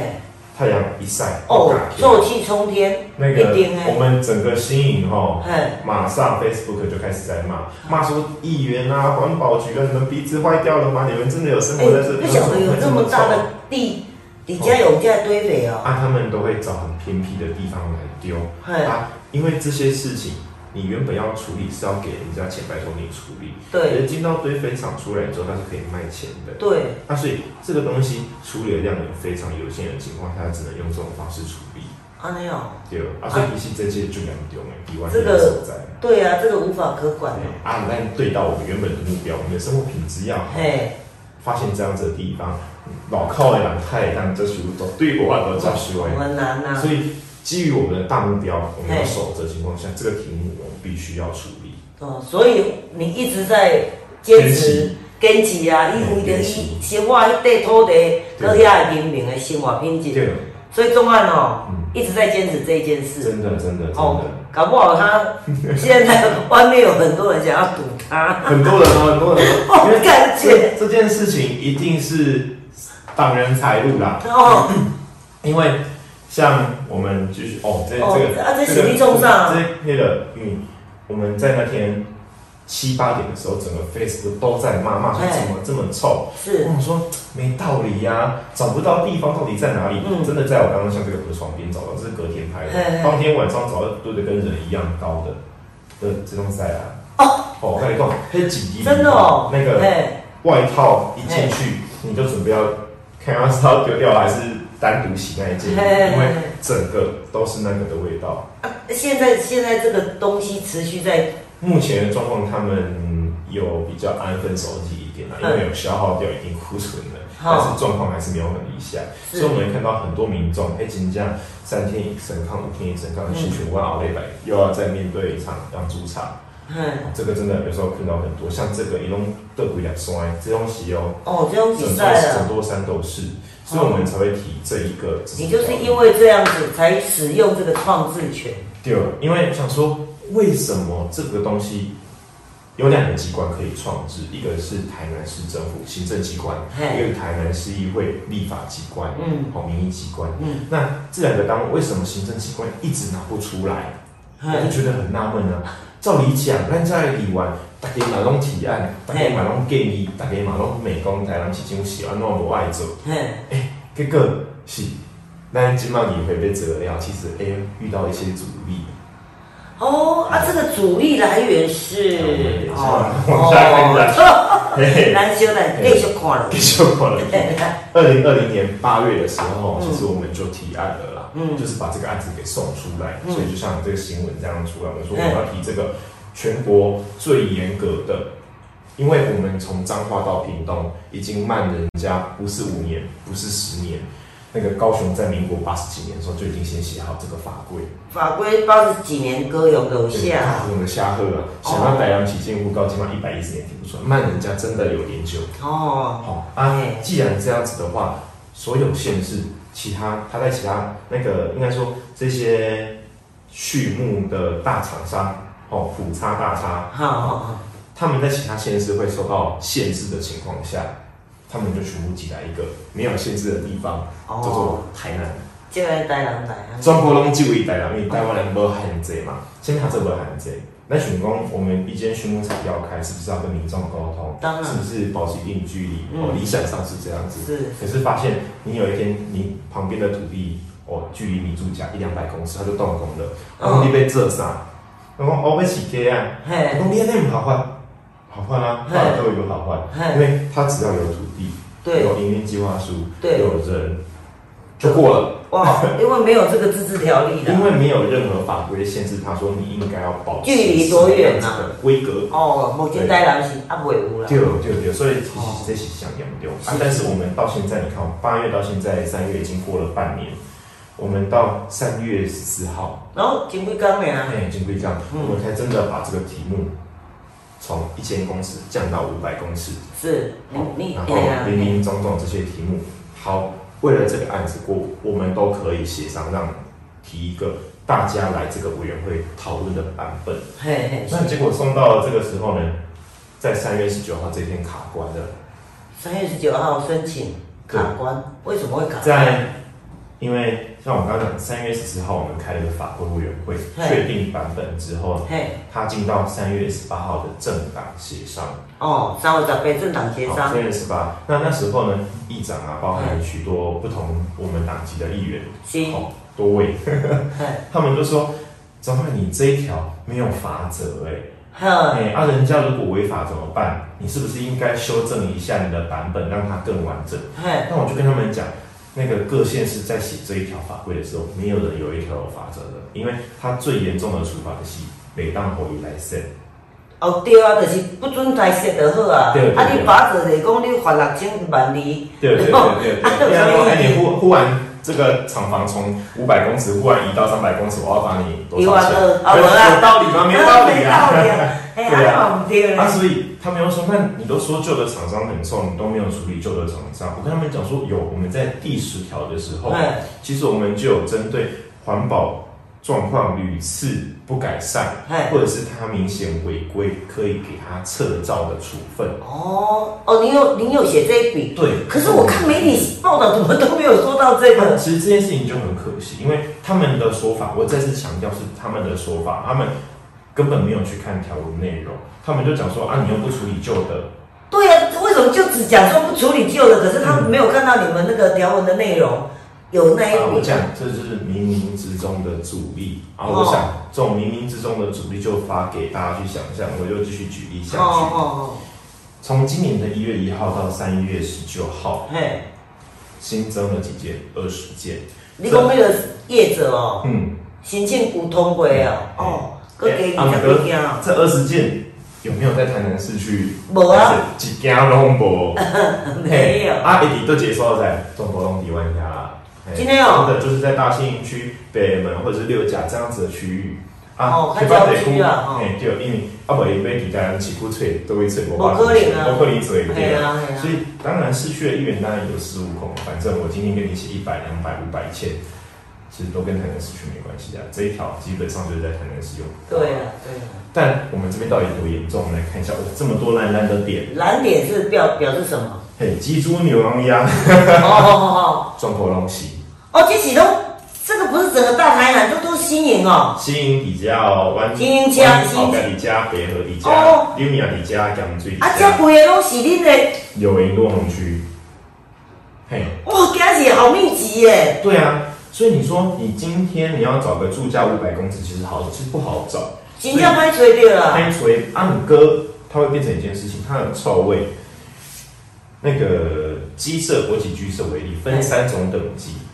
S1: 太阳一晒，
S2: 哦
S1: 打，偏
S2: 臭气冲天，
S1: 那
S2: 一
S1: 个
S2: 定欸
S1: 我
S2: 诶。
S1: 们整个新营哈
S2: 嘿，
S1: 马上 Facebook 就开始在骂，骂说议员啊、环保局啊，你们鼻子坏掉了吗？你们真的有生
S2: 哎
S1: 活在这里？
S2: 没想到有这么大的地，底下有这样堆肥哦。
S1: 啊，他们都会找很偏僻的地方来丢
S2: 嘿，
S1: 啊，因为这些事情你原本要处理是要给人家钱，拜托你处理，
S2: 对
S1: 而进到堆肥厂出来之后，它是可以卖钱的。
S2: 对，
S1: 那所以这个东西处理的量有非常有限的情况下，它只能用这种方式处理。
S2: 安尼哦，
S1: 对，啊，所以比起这届就两丢哎，比完
S2: 这个
S1: 所在。
S2: 对啊，这个无法可管哦。
S1: 啊，但对到我们原本的目标，我们的生活品质要好。
S2: 嘿，
S1: 发现这样子的地方，老靠的人太让这书都对我都教学
S2: 我们难呐
S1: 所。以基于我们的大目标，我们要
S2: 嘿
S1: 守着的情况下，这个题目我们必须要处理。
S2: 哦，所以你一直在坚持、坚持啊，伊为着伊生活迄块土地，搁遐人民的生活品质，
S1: 对，
S2: 所以钟汉哦
S1: 嗯
S2: 一直在坚持这一件事。
S1: 真的真的真
S2: 哦
S1: 的，，
S2: 搞不好他现在外面有很多人想要堵
S1: <laughs>
S2: 他，
S1: 很多人哦，很多人哦，因
S2: 我
S1: 为
S2: 感觉
S1: 这这件事情一定是挡人财路啦，
S2: 哦，
S1: 因为像我们继续哦，这
S2: 哦
S1: 这个
S2: 啊这
S1: 个
S2: 喜力重上啊
S1: 这那个嗯，我们在那天七八点的时候，整个 Facebook 都在骂骂说
S2: 哎
S1: 怎么这么臭，
S2: 是
S1: 我想说没道理呀、找不到地方到底在哪里？
S2: 嗯
S1: 真的在我刚刚像这个河床边找到，这是隔天拍
S2: 哎哎
S1: 的，当天晚上找到堆得跟人一样高的的这种塞啊。
S2: 哦
S1: 哦，我跟你讲，黑几滴
S2: 真的哦，
S1: 那个
S2: 哎，
S1: 外套一进去，你就准备要看要是要丢掉还是单独洗那一件，
S2: 嘿嘿嘿
S1: 因为整个都是那个的味道。
S2: 啊现在现在这个东西持续在
S1: 目前的状况，他们有比较安分守己一点啦，因
S2: 嗯
S1: 为有消耗掉一定库存了，
S2: 好
S1: 但是状况还是没有很理想，
S2: 是
S1: 所以我们会看到很多民众，哎，请假三天一升抗，五天一升抗，去全万熬累百，又要再面对一场养猪场，
S2: 嗯，
S1: 这个真的有时候看到很多，像这个一弄得鬼两酸，这东西哦，
S2: 哦，这种比
S1: 整座
S2: 赛了
S1: 整。座山都是，所以我们才会提这一个。
S2: 你就是因为这样子才使用这个创制权，
S1: 对，因为想说为什么这个东西有两个机关可以创制，一个是台南市政府行政机关，一
S2: 嘿，
S1: 个是台南市议会立法机关，
S2: 嗯
S1: 好民意机关。
S2: 嗯，
S1: 那这两个单位为什么行政机关一直拿不出来？我就
S2: 嘿，
S1: 觉得很纳闷啊。照理讲，咱在理完，大家嘛拢提案，大家嘛拢建议，大家嘛拢美工台南市政府是安怎无爱做？
S2: 嘿，
S1: 这个是，但金茂你会被折了，其实哎、遇到一些阻力，
S2: 哦，啊，这个主力来源是
S1: 嗯
S2: 哦
S1: 往下看一
S2: 哦， <laughs>
S1: 嘿嘿，
S2: 咱小等继续看了
S1: 给，修过了。二零二零年八月的时候，其实我们就提案了啦，
S2: 嗯
S1: 就是把这个案子给送出来，
S2: 嗯
S1: 所以就像这个新闻这样出来，我们说我
S2: 嗯
S1: 们要提这个全国最严格的，因为我们从彰化到屏东已经慢人家不是五年，不是十年。那个高雄在民国八十几年的时候就已经先写好这个法规，
S2: 法规八十几年歌咏留下，
S1: 我们下喝啊，想要台阳起进入高起码一百一十年提不出来，慢人家真的有研究。
S2: 哦，
S1: 好、啊
S2: 哎，
S1: 既然这样子的话，所有县市其他他在其他那个应该说这些畜牧的大厂商哦，普叉大叉，
S2: 好好好，
S1: 他们在其他县市会受到限制的情况下，他们就全部挤来一个没有限制的地方，叫
S2: 哦
S1: 做，台南。
S2: 这个台人台啊，
S1: 全国拢只为台南，因为台湾人无限制嘛，先他这无限制。那想讲，我们一间畜牧场要开，是不是要跟民众沟通？
S2: 当然
S1: 是不是保持一定距离？
S2: 嗯
S1: 哦，理想上是这样子。
S2: 是
S1: 可是发现你有一天，你旁边的土地哦，距离你住家一两百公尺，它就动工了，
S2: 嗯
S1: 然后你被这啥？然后我被起街啊，我
S2: 哦嘿，
S1: 讲你那不好换，好换啊，
S2: 嘿
S1: 当然都有好换，
S2: 嘿
S1: 因为它只要有土地，
S2: 哎对
S1: 有营运计划书，
S2: 对
S1: 有人，就过了。 <laughs>
S2: 哇，因为没有这个自治条例的
S1: 因，为没有任何法规限制，他说你应该要保持
S2: 距离多
S1: 什么
S2: 远啊
S1: 样子的规格。
S2: 哦，目前在南是啊，未有啦
S1: 对。对对，所以其
S2: 哦
S1: 实这是想养丢啊
S2: 是。
S1: 但是我们到现在，你看，八月到现在三月已经过了半年，我们到三月十四号，
S2: 然后前几工的啊，
S1: 哎，金龟降，
S2: 嗯
S1: 我们才真的把这个题目从一千公尺降到五百公尺。
S2: 是，你你
S1: 然后
S2: 哎呀，
S1: 林林总总这些题目，好，为了这个案子过，我们都可以协商让提一个大家来这个委员会讨论的版本。
S2: 嘿嘿，
S1: 那结果送到了这个时候呢，在三月十九号这天卡关了，
S2: 三月十九号申请
S1: 对
S2: 卡关，为什么会卡关？
S1: 在因为像我刚刚讲，三月十四号我们开了个法规委员会，
S2: 嘿
S1: 确定版本之后，
S2: 嘿，
S1: 它进到三月十八号的政党协商。
S2: 哦，三月十八政党协商
S1: 好，三月十八，那那时候呢，议长啊，包含许多不同我们党籍的议员，
S2: 是，
S1: 好多位，
S2: 嘿，
S1: 他们就说：“张翰，你这一条没有法则哎、欸，
S2: 呵，
S1: 哎、啊，人家如果违法怎么办？你是不是应该修正一下你的版本，让它更完整
S2: 嘿？”，
S1: 那我就跟他们讲，那个各县市在写这一条法规的时候，没有人有一条有法则的，因为它最严重的处罚就是每当侯一来审，
S2: 哦对啊，就是不准台设就好啊，
S1: 对对啊
S2: 啊你
S1: 对
S2: 法则就是讲你罚六千万二。
S1: 对对对对
S2: 啊
S1: 对，
S2: 有
S1: 比方
S2: 什
S1: 说，
S2: 么
S1: 哎、
S2: 意
S1: 你
S2: 义？
S1: 忽忽然这个厂房从五百公尺忽然移到三百公尺，我要罚你多
S2: 一
S1: 少
S2: 万
S1: 钱？
S2: 二啊，
S1: 有
S2: 无啦，
S1: 有道理吗？没有道理啊！
S2: 没道理啊，哎，
S1: 对啊
S2: 啊，唔对
S1: 啊，
S2: 咧，
S1: 所以他们又说，那你都说旧的厂商很臭，你都没有处理旧的厂商。我跟他们讲说，有，我们在第十条的时候，
S2: 哎，
S1: 其实我们就有针对环保状况屡次不改善，
S2: 哎，
S1: 或者是他明显违规，可以给他撤照的处分。
S2: 哦，哦，您有您有写这一笔，
S1: 对，
S2: 可是我看媒体报道怎么都没有说到这
S1: 那
S2: 个，
S1: 其实这件事情就很可惜，因为他们的说法，我再次强调是他们的说法，他们根本没有去看条文内容，他们就讲说啊，你又不处理旧的，
S2: 对呀、为什么就只讲说不处理旧的，可是他没有看到你们那个条文的内容有那一
S1: 啊，我
S2: 笔，
S1: 讲这就是冥冥之中的阻力啊！
S2: 哦
S1: 我想这种冥冥之中的阻力就发给大家去想象，我就继续举例下
S2: 哦
S1: 去。
S2: 哦
S1: 从今年的一月一号到三月十九号，
S2: 哦，嘿，
S1: 新增了几件？二十件。
S2: 你讲那个业者哦，
S1: 嗯，
S2: 申请有通过哦，哦，佮加二十几件哦，
S1: 这二十件有没有在台南市区？
S2: 无啊，
S1: 几件拢无。
S2: 没有
S1: 嘿，啊，一直都结束在中国拢底湾遐啦。嘿
S2: 真的哦
S1: 真的就是在大信义区、北门或者是六甲这样子的区域。
S2: 哦
S1: 台北
S2: 较郊区啊哦
S1: 嘿，对，因为啊，无伊要伫咱市区找，都会找无
S2: 无可能啊
S1: 无可能找
S2: 嘿
S1: 对
S2: 啊嘿啊
S1: 所以当然市区的议员当然有恃无恐，反正我今天跟你写一百、两百、五百、一千，其实都跟台南市区没关系啊。这一条基本上就是在台南市用。
S2: 对啊对啊。
S1: 但我们这边到底多严重？我们来看一下，哇，哦这么多烂烂的点，
S2: 蓝点是表表示
S1: <laughs>
S2: 什么？
S1: 嘿，鸡、猪、牛、羊、鸭，
S2: 哦哦哦
S1: 状况拢是
S2: 哦，哦，这几都这个不是整个大台南，这都是新营哦。
S1: 新营底较湾，
S2: 新营家
S1: 湾
S2: 新营
S1: 后盖底家，北河底
S2: 哦
S1: 家，六米亚底家，江水底
S2: 啊，这
S1: 家，
S2: 规个拢是恁的，
S1: 柳营多红区，嘿，
S2: 哇，今日好密集耶。
S1: 对啊，所以你说你今天你要找个住家五百公尺，其实好是不好找，
S2: 真正歹找着啦。
S1: 开除阿姆啊哥，它会变成一件事情，它有臭味。那个鸡舍、国际居舍为例，分三种等级，
S2: 嗯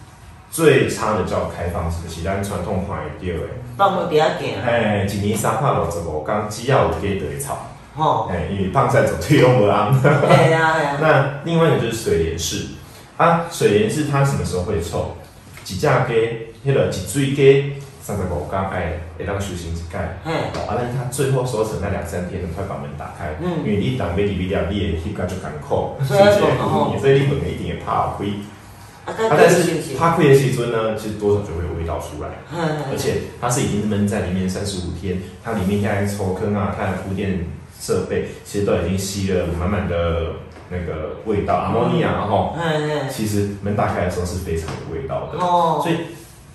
S1: 最差的叫开放式，是咱传统华语钓的。
S2: 放落伫遐行，
S1: 哎，一年三百六十五天，只要有鸡就会臭。
S2: 吼，
S1: 哎，因为放在走退用不安。
S2: 系啊系啊，
S1: <laughs> 那另外一个就是水帘式，啊，水帘式它什么时候会臭？一只鸡，迄个一水鸡，三十五天哎，会当修行一盖。
S2: 嘿，
S1: 啊，但是他最后收成那两三天，很快把门打开，
S2: 嗯
S1: 因为你打没里边你也去感就艰苦，
S2: 所以要
S1: 是不是
S2: 讲哦
S1: 所以你门一定也怕亏。
S2: 啊，
S1: 啊，
S2: 该
S1: 但
S2: 是
S1: 是
S2: 是？
S1: 怕亏的时尊呢，其实多少就会有味道出来，而
S2: 嘿，
S1: 且它是已经闷在里面三十五天，它里面现在抽坑啊，它的铺垫设备其实都已经吸了满满的那个味道，阿莫尼亚
S2: 嗯
S1: 哈，
S2: 嘿嘿，
S1: 其实门打开的时候是非常有味道的，
S2: 哦
S1: 所，以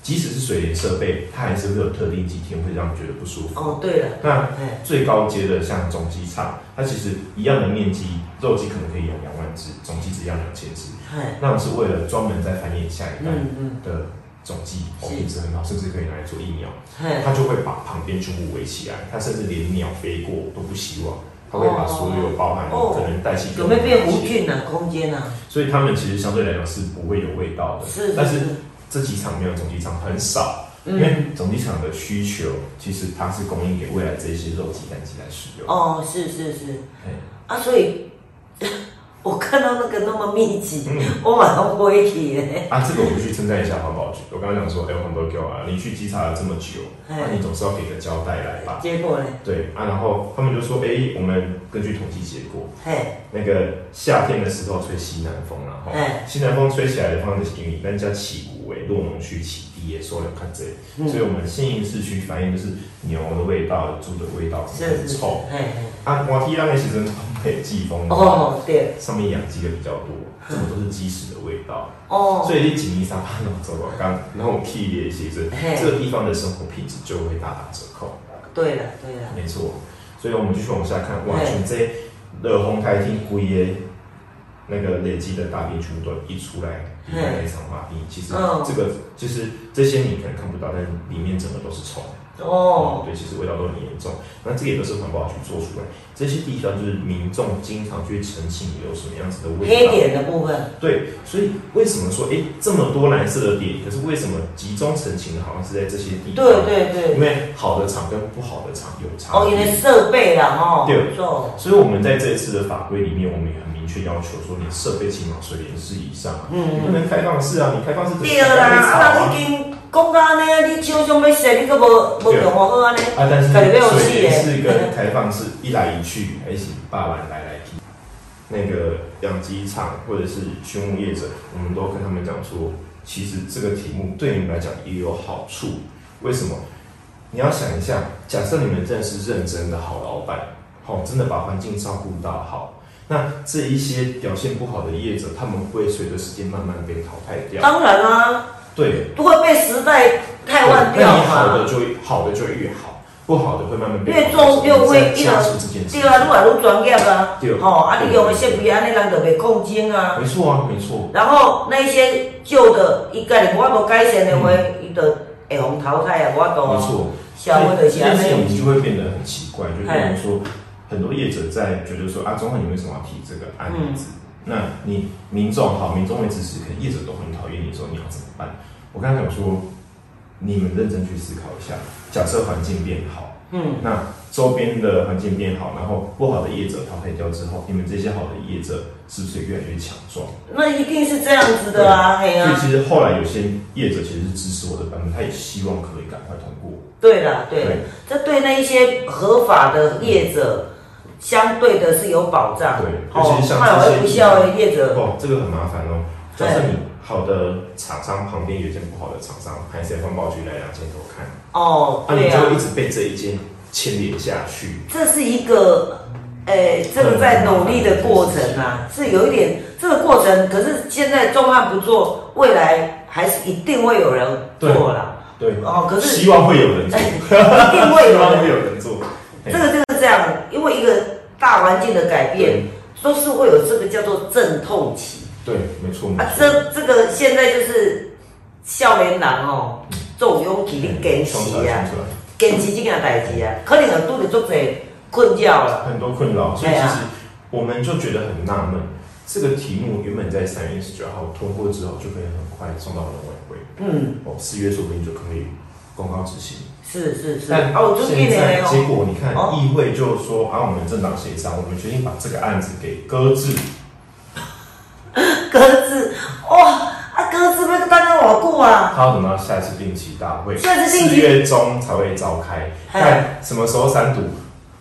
S1: 即使是水帘设备，它还是会有特定几天会让你觉得不舒服。
S2: 哦，对了，
S1: 那
S2: 嘿，
S1: 最高阶的像总机场，它其实一样的面积，肉鸡可能可以养两万只，总鸡只养两千只。
S2: 嘿，
S1: 那我们是为了专门在繁衍下一代
S2: 嗯嗯，
S1: 的总鸡，
S2: 是
S1: 哦品质很好，甚至可以拿来做疫苗。
S2: 嘿，
S1: 它就会把旁边全部围起来，它甚至连鸟飞过都不希望。它会把所有包含
S2: 哦
S1: 可能带细菌
S2: 有
S1: 的
S2: 没有变
S1: 东
S2: 无
S1: 西
S2: 菌啊？空间啊？
S1: 所以他们其实相对来讲是不会有味道的。
S2: 是
S1: 但
S2: 是
S1: 是
S2: 是，
S1: 这几场没有总机场很少，因
S2: 嗯，
S1: 为总机场的需求其实它是供应给未来这些肉鸡蛋鸡来使用。
S2: 哦，是是是
S1: 嘿，
S2: 啊，所以 <laughs> 我看到那个那么密集，
S1: 嗯
S2: 我马上回去耶。
S1: <laughs> 啊，这个我必须称赞一下环保局。我刚刚讲说，哎、我很多狗啊，你去稽查了这么久，那、
S2: 哎
S1: 你总是要给个交代来吧？
S2: 结果呢？
S1: 对啊，然后他们就说，哎、我们根据统计结果，
S2: 嘿，
S1: 那个夏天的时候吹西南风然后
S2: 哎
S1: 西南风吹起来的方向是阴雨，但加起雾为落农区起低也说了看这，
S2: 嗯
S1: 所以我们新营市区反映就是牛的味道、猪的味道
S2: 是
S1: 很
S2: 是，是
S1: 臭。
S2: 嘿，嘿
S1: 啊，我梯那边其实很季风的话，
S2: 哦，对，
S1: 上面养鸡的比较多，这种都是鸡屎的味道，
S2: 哦，
S1: 所以你紧密沙发那啊走了，刚那种系列其实
S2: 嘿
S1: 这个地方的生活品质就会大打折扣。
S2: 对了对了，
S1: 没错，所以我们继续往下看，哇，
S2: 嘿
S1: 像这热烘开厅规的那个累积的大病全部都一出来，里面那一场马病，其实
S2: 嗯
S1: 这个其实这些你可能看不到，但里面整个都是虫。
S2: 哦，
S1: 对，其实味道都很严重。那这个也都是环保局做出来，这些地方就是民众经常去澄清有什么样子的味
S2: 黑
S1: 道。
S2: 点的部分，
S1: 对，所以为什么说，哎，这么多蓝色的点，可是为什么集中澄清的好像是在这些地方？
S2: 对对对
S1: 因，为好的厂跟不好的厂有差
S2: 哦，
S1: 别。
S2: 因为设备啦，吼，
S1: 对
S2: 做，
S1: 所以我们在这一次的法规里面，我们也很明确要求说，你设备起码水帘式以上啊，你不
S2: 嗯，
S1: 能开放式啊，你开放式
S2: 对啦，啊，你已经讲到安尼，你厂商要设，你佫无无用好好安尼，
S1: 啊，但是
S2: 感觉被我
S1: 水帘式
S2: 气耶
S1: 跟开放式一来一去，还是霸王来来去。那个养鸡场或者是畜牧业者，我们都跟他们讲说，其实这个题目对你们来讲也有好处。为什么？你要想一下，假设你们真的是认真的好老板，好、真的把环境照顾到好，那这一些表现不好的业者，他们会随着时间慢慢被淘汰掉。
S2: 当然啦，
S1: 对，
S2: 不会被时代汰换
S1: 对
S2: 掉
S1: 那你好
S2: 嘛
S1: 的，就好的就越好，不好的会慢慢变
S2: 越重越会
S1: 加速这件事情
S2: 对。啊，愈来愈专业啊
S1: 对，
S2: 吼，啊，你用的设备安尼，人就袂抗争啊。
S1: 没错啊，没错，
S2: 然后那一些旧的，伊家己无法度改善的话，伊、就会互淘汰啊，无法度
S1: 嗯没
S2: 啊。
S1: 错。
S2: 社会
S1: 这
S2: 就是
S1: 件
S2: 安
S1: 事
S2: 尼。
S1: 情就会变得很奇怪，就变
S2: 哎
S1: 成说，很多业者在觉得说啊，中汉你为什么要提这个案例子？那你民众好，民众会支持，可业者都很讨厌你说你要怎么办？我刚才想说，你们认真去思考一下，假设环境变好，
S2: 嗯，
S1: 那周边的环境变好，然后不好的业者淘汰掉之后，你们这些好的业者是不是越来越强壮？
S2: 那一定是这样子的啊，嘿
S1: 所以
S2: 啊，
S1: 其实后来有些业者其实是支持我的版本，他也希望可以赶快通过。
S2: 对啦，对啦
S1: 对，
S2: 这对那一些合法的业者，相对的是有保障。
S1: 对
S2: 哦
S1: 尤其，是像
S2: 怕
S1: 这些
S2: 有不孝的业者，
S1: 哦，这个很麻烦哦。假设你好的厂商旁边有一间不好的厂商，还是环保局来两间给我看，
S2: 哦，
S1: 啊，
S2: 对
S1: 你就会
S2: 啊
S1: 一，直被这一间牵连下去。
S2: 这是一个，诶、这个在努力的过程啊，是有一点这个过程，可是现在重案不做，未来还是一定会有人做啦。
S1: 对，啊
S2: 哦，可是
S1: 希望会有人做，
S2: 哎一定会
S1: 希
S2: 有
S1: 望会 <laughs>
S2: 人。
S1: 有人做。
S2: 这个就是这样，因为一个大环境的改变，都是会有这个叫做阵痛期
S1: 对，没错，没
S2: 啊。
S1: 错。
S2: 这这个现在就是少年郎哦，做勇气
S1: 嗯
S2: 你坚持啊，
S1: 出来
S2: 坚持这件代志啊，可能有拄着足侪困扰啦。
S1: 很多困扰，所以
S2: 对
S1: 其
S2: 啊
S1: 实我们就觉得很纳闷。这个题目原本在三月十九号通过之后，就可以很快送到农委会，
S2: 嗯，
S1: 哦，四月说不定就可以公告执行。
S2: 是是是，
S1: 但
S2: 啊，我就记
S1: 现
S2: 得
S1: 在
S2: 了
S1: 结
S2: 哦。
S1: 果你看，
S2: 哦
S1: 议会就说啊，我们政党协商，我们决定把这个案子给搁置。
S2: 啊鸽子，哇、啊，鸽子要等了偌久啊？
S1: 他要等到下一次定期大会，
S2: 下次定期哎
S1: 四月中才会召开。
S2: 嘿
S1: 但什么时候三读？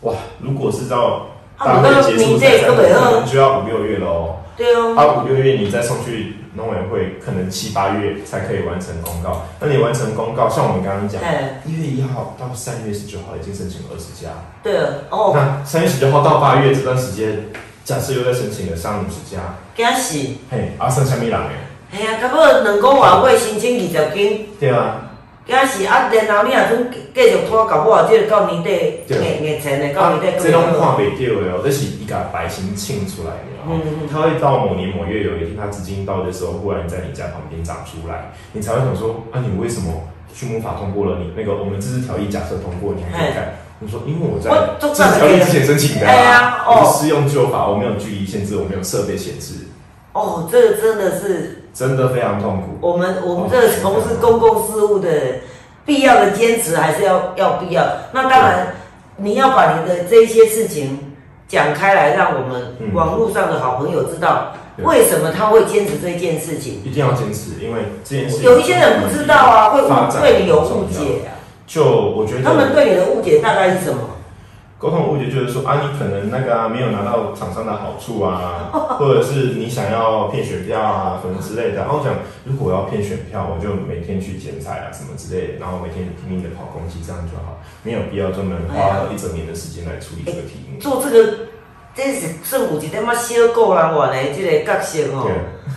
S1: 哇，如果是到
S2: 啊
S1: 大
S2: 我们
S1: 会
S2: 都
S1: 结束
S2: 明
S1: 才
S2: 这
S1: 三读，
S2: 个尾
S1: 可
S2: 后
S1: 能，就要五六月喽。
S2: 对哦。
S1: 啊，五六月你再送去农委会，可能七八月才可以完成公告。那你完成公告，像我们刚刚讲，
S2: 哎，
S1: 一月一号到三月十九号已经申请二十家，
S2: 对哦，
S1: 那三月十九号到八月这段时间，假设又再申请了上五十家，
S2: 惊死！
S1: 嘿，啊，剩下米人诶，
S2: 嘿啊，到尾两个外月申请二十斤，
S1: 对啊，
S2: 惊死啊！然后你若准继续拖，搞不好这个到年底
S1: 对
S2: 硬硬撑的，哎到
S1: 啊，
S2: 年底
S1: 这
S2: 更
S1: 种
S2: 好
S1: 看袂掉的哦，这是一个白心庆出来的哦。
S2: 嗯嗯
S1: 它会到某年某月有一天，它资金到的时候，忽然在你家旁边长出来，你才会想说啊，你为什么畜牧法通过了你那个我们自治条例假设通过，你还可以改？你说，因为我在
S2: 我就
S1: 这
S2: 算了
S1: 条例之前申请的、
S2: 哎呀哦
S1: 我是适用旧法，我没有距离限制，我没有设备限制，
S2: 哦，这个真的是
S1: 真的非常痛苦。
S2: 我们我们这个从事公共事务的人，必要的坚持还是要要必要。那当然，你要把你的这一些事情讲开来，让我们
S1: 嗯
S2: 网络上的好朋友知道
S1: 对
S2: 为什么他会坚持这件事情。
S1: 一定要坚持，因为这件事情
S2: 有一些人不知道啊，会
S1: 发
S2: 误
S1: 展
S2: 对你有
S1: 很重
S2: 误
S1: 要。
S2: 解啊。
S1: 就我觉得
S2: 他们对你的误解大概是什么？
S1: 沟通误解就是说啊，你可能那个啊、没有拿到厂商的好处啊， <laughs> 或者是你想要骗选票啊，什么之类的。然后我想，如果我要骗选票，我就每天去剪彩啊，什么之类的，然后每天拼命的跑攻击，这样就好，没有必要专门花一整年的时间来处理这个题目。
S2: 做这个，这是政府一点嘛小个人玩的这个角色哦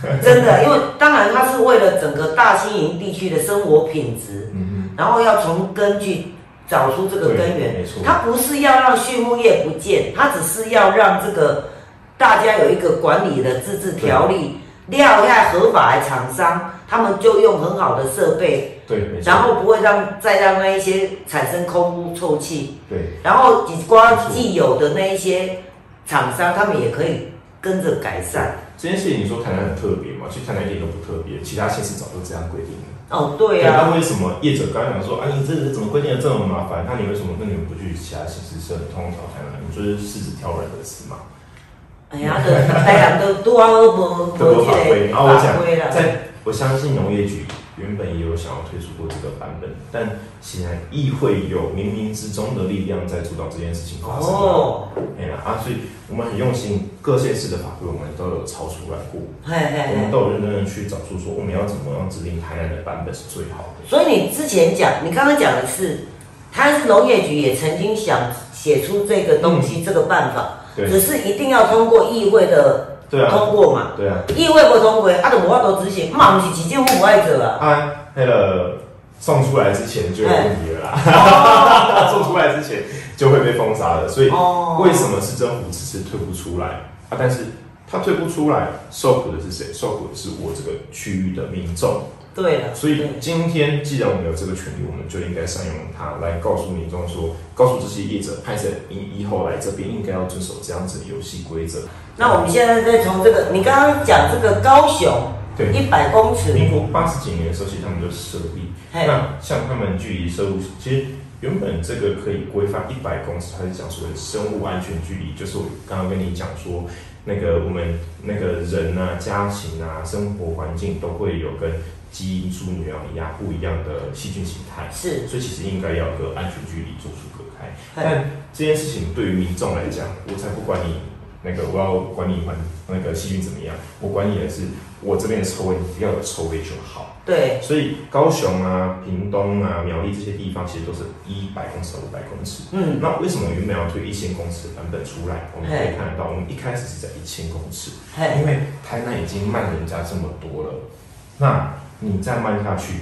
S1: 对，，
S2: 真的，因为当然它是为了整个大兴营地区的生活品质，
S1: 嗯
S2: 然后要从根据找出这个根源
S1: 对没错。
S2: 它不是要让畜牧业不见，它只是要让这个大家有一个管理的自治条例，撂下合法的厂商，他们就用很好的设备，
S1: 哼，对，没错，
S2: 然后不会让再让那一些产生空污臭气。
S1: 对，
S2: 然后几瓜既有的那一些厂商，他们也可以跟着改善。
S1: 这件事情你说台南很特别嘛？其实台南一点都不特别，其他县市早就这样规定了。
S2: 哦，对
S1: 对
S2: 啊，
S1: 那为什么业者刚刚讲说，啊，你这个怎么规定的这么麻烦？那你为什么那你们不去其他形式社通调台呢？你就是狮子挑软的吃嘛，
S2: 哎呀，这台南都多啊，都无无
S1: 各个法规。然后我
S2: 法规啦
S1: 想，在我相信农业局原本也有想要推出过这个版本，但显然议会有冥冥之中的力量在主导这件事情发生。哦，
S2: 哦，
S1: 哎呀啊，所以我们很用心，各县市的法规我们都有抄出来过，
S2: 嘿嘿
S1: 我们
S2: 嘿。
S1: 都有认真的去找出说我们要怎么样制定台南的版本是最好的。
S2: 所以你之前讲，你刚刚讲的是，他是农业局也曾经想写出这个东西、这个办法，
S1: 嗯对
S2: 只是一定要通过议会的
S1: 对啊
S2: 通过嘛。
S1: 对啊。
S2: 议会不通过，啊，就无法度执行，嘛，不是直接我不爱做啊。
S1: 啊，那个送出来之前就有问题了啦，<laughs>
S2: 哦
S1: 送出来之前就会被封杀了，所以
S2: 哦
S1: 为什么市政府迟迟退不出来啊？但是他退不出来，受苦的是谁？受苦的是我这个区域的民众。
S2: 对了，
S1: 所以
S2: 对
S1: 今天既然我们有这个权利，我们就应该善用它，来告诉民众说，告诉这些业者，拍摄以以后来这边应该要遵守这样子的游戏规则。
S2: 那我们现在再从这个，你刚刚讲这个高雄
S1: 对
S2: 一百公尺，
S1: 民国八十几年的时候，其实他们就设立。
S2: 嘿
S1: 那像他们距离生物，其实原本这个可以规范一百公尺，它是讲所谓的生物安全距离，就是我刚刚跟你讲说，那个我们那个人啊、家禽啊、生活环境都会有跟基因株母羊一样不一样的细菌形态，
S2: 是
S1: 所以其实应该要有个安全距离做出隔开。
S2: 嘿
S1: 但这件事情对于民众来讲，我才不管你那个，我要管你环那个细菌怎么样，我管你的是我这边的臭味，你不要有臭味就好。
S2: 对，
S1: 所以高雄啊、屏东啊、苗栗这些地方，其实都是一百公尺、五百公尺。
S2: 嗯，
S1: 那为什么原本要推一千公尺的版本出来？我们可
S2: 嘿
S1: 以看得到，我们一开始是在一千公尺，<laughs>
S2: 嘿，
S1: 因为台南已经慢人家这么多了，那你再慢下去，